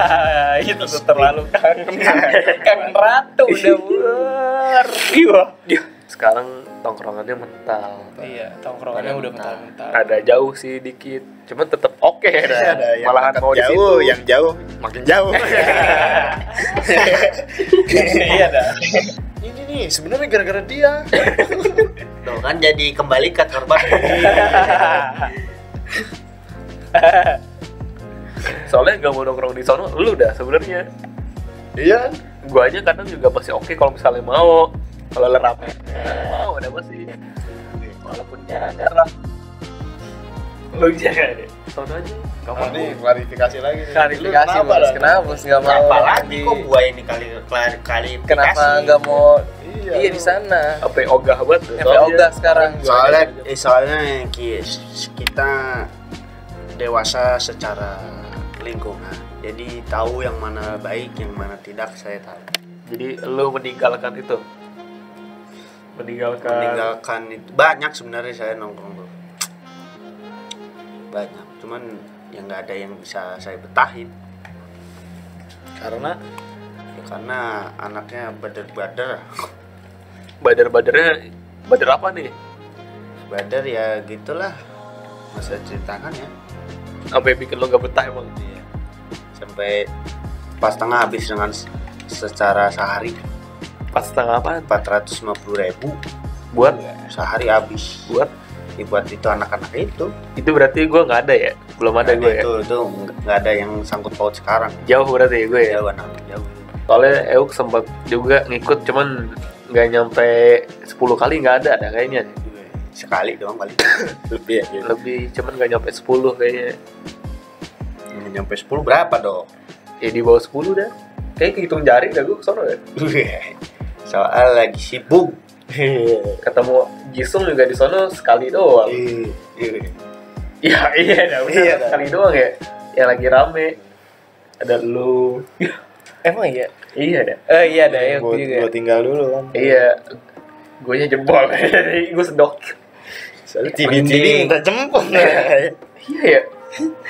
itu tuh terlalu kangen. kangen Kan ratu udah buar. Iya.
Sekarang tongkrongannya mental.
Iya, tongkrongannya udah mental-mental.
Ada jauh sih dikit, cuman tetap oke. dah.
Iya, ada yang
Iya. Malahan
dekat
mau di
jauh,
situ.
yang jauh makin jauh.
Iya dah.
ini nih sebenarnya gara-gara dia.
Tuh kan jadi kembali ke korban
Soalnya nggak mau nongkrong di sono, lu dah sebenarnya.
Iya.
Gua aja kadang juga masih oke kalau misalnya mau. Kalau lu rame, mau ada masih. Walaupun jarang-jarang lah. Lu jangan deh. Sono aja.
Oh,
Kapan
nih klarifikasi lagi nih.
Klarifikasi
Lu
bos,
dah?
kenapa bos nggak mau?
apa lagi
di-
kok gua ini kali kali kali
Kenapa
dikasih?
nggak mau?
Iya.
Iya di sana.
Apa ogah banget? tuh,
Sampai
soalnya.
ogah sekarang.
soalnya eh, soalnya ki- kita dewasa secara lingkungan jadi tahu yang mana baik yang mana tidak saya tahu
Jadi lu meninggalkan itu. Meninggalkan.
meninggalkan itu banyak sebenarnya saya nongkrong bro banyak cuman yang nggak ada yang bisa saya betahin
Karena
Ya, karena anaknya bader-bader
Bader-badernya bader apa nih?
bader ya gitulah masa ceritakan ya
Sampai bikin lo gak betah emang.
sampai pas tengah habis dengan s- secara sehari
Pas setengah apaan?
450 ribu
Buat
sehari habis
buat
dibuat itu anak-anak itu
itu berarti gue nggak ada ya belum ada gue ya
itu itu nggak ada yang sangkut paut sekarang
jauh berarti ya gue ya
jauh anak jauh
soalnya Euk sempat juga ngikut cuman nggak nyampe 10 kali nggak ada ada kayaknya
sekali doang kali
lebih ya gitu.
lebih cuman nggak nyampe 10 kayaknya
Nggak nyampe 10 berapa dong
ya di bawah 10 dah kayak hitung jari dah gue kesana ya
soal lagi sibuk
ketemu Jisung juga di sono sekali doang iya iya dah bener,
Iya, dah.
sekali doang ya yang lagi rame ada lu
Emang iya?
iya dah
Eh iya ada ya
Gua,
juga.
gua tinggal dulu kan.
iya gue nya jebol gue sedok
Soalnya tibi-tibi minta jempol.
Iya ya.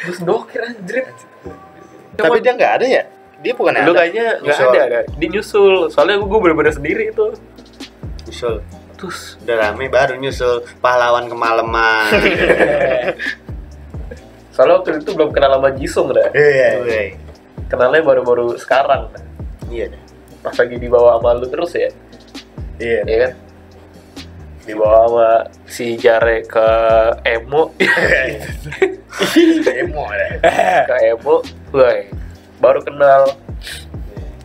Terus dokir anjir.
Tapi dia nggak ada ya?
Dia bukan
kan
Lu kayaknya nggak
Nyusul.
ada, ada. Dia nyusul. Soalnya gue bener-bener sendiri itu.
nyusul
Terus
udah rame baru nyusul pahlawan kemalaman
soalnya waktu itu belum kenal sama Jisung dah.
Iya.
Woi,
Kenalnya baru-baru sekarang. dah.
iya dah
Pas lagi dibawa sama lu terus ya.
Iya.
Iya kan? Dibawa sama si Jare ke Emo.
Demo ya.
ke Emo. Woi, baru kenal.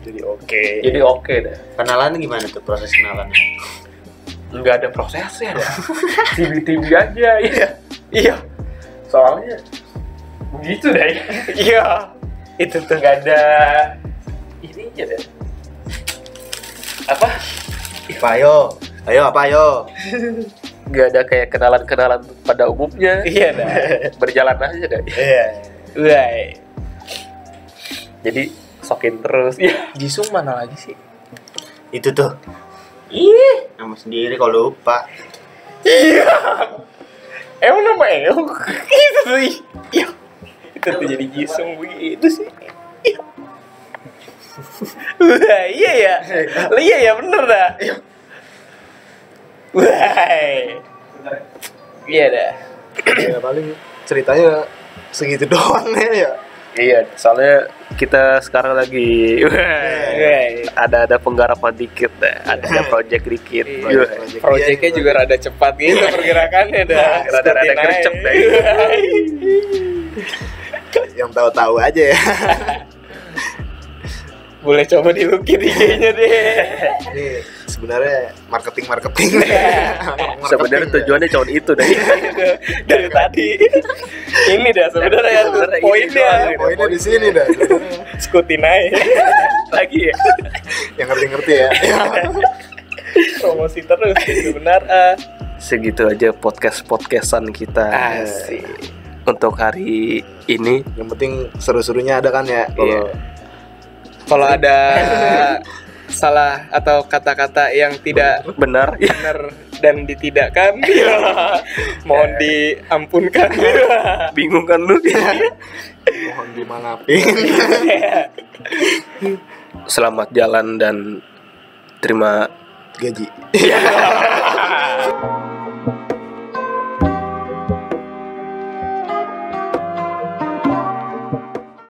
Jadi oke.
Jadi oke dah.
kenalan gimana tuh proses kenalan
nggak ada prosesnya ya tibi-tibi aja iya iya soalnya begitu deh iya itu tuh nggak ada ininya deh apa
payo ayo apa ayo
nggak ada kayak kenalan-kenalan pada umumnya
Iya dah.
berjalan aja deh
Iya.
Wah.
jadi sokin terus iya
Jisung mana lagi sih?
itu tuh
Ih,
nama sendiri kalau lupa
emang nama Eong itu tuh. ih. Iya. Itu tuh jadi Jisung begitu sih. Iya. Wah, iya ya. Lah, Iya ya bener dah. Wah. Iya dah.
ya paling ceritanya segitu doang ya
iya soalnya kita sekarang lagi
Wah.
ada ada penggarapan dikit deh ada
Iya.
ada project dikit
Project-
Wah.
project.
Proyeknya juga rada cepat gitu pergerakannya dah.
rada-rada
Ikutin aja.
gercep deh.
gitu.
yang tahu-tahu aja ya
Boleh coba dilukis IG-nya deh.
ini sebenarnya ya. marketing marketing
sebenarnya tujuannya
ya.
cuma itu deh
Gitu. Dari tadi. Ini dah sebenarnya tuh
Sebenarnya ini
poinnya.
doang, ini.
poinnya di sini dah sebenarnya.
Skutin aja.
lagi ya
yang ngerti-ngerti ya
Promosi terus benar ah.
segitu aja podcast podcastan kita
Asik.
untuk hari ini
yang penting seru-serunya ada kan ya kalau
Iya.
Kalau ada salah atau kata-kata yang tidak
benar Ya,
benar dan ditidakkan, mohon diampunkan.
bingung kan lu
mohon dimanapin
selamat jalan dan terima
gaji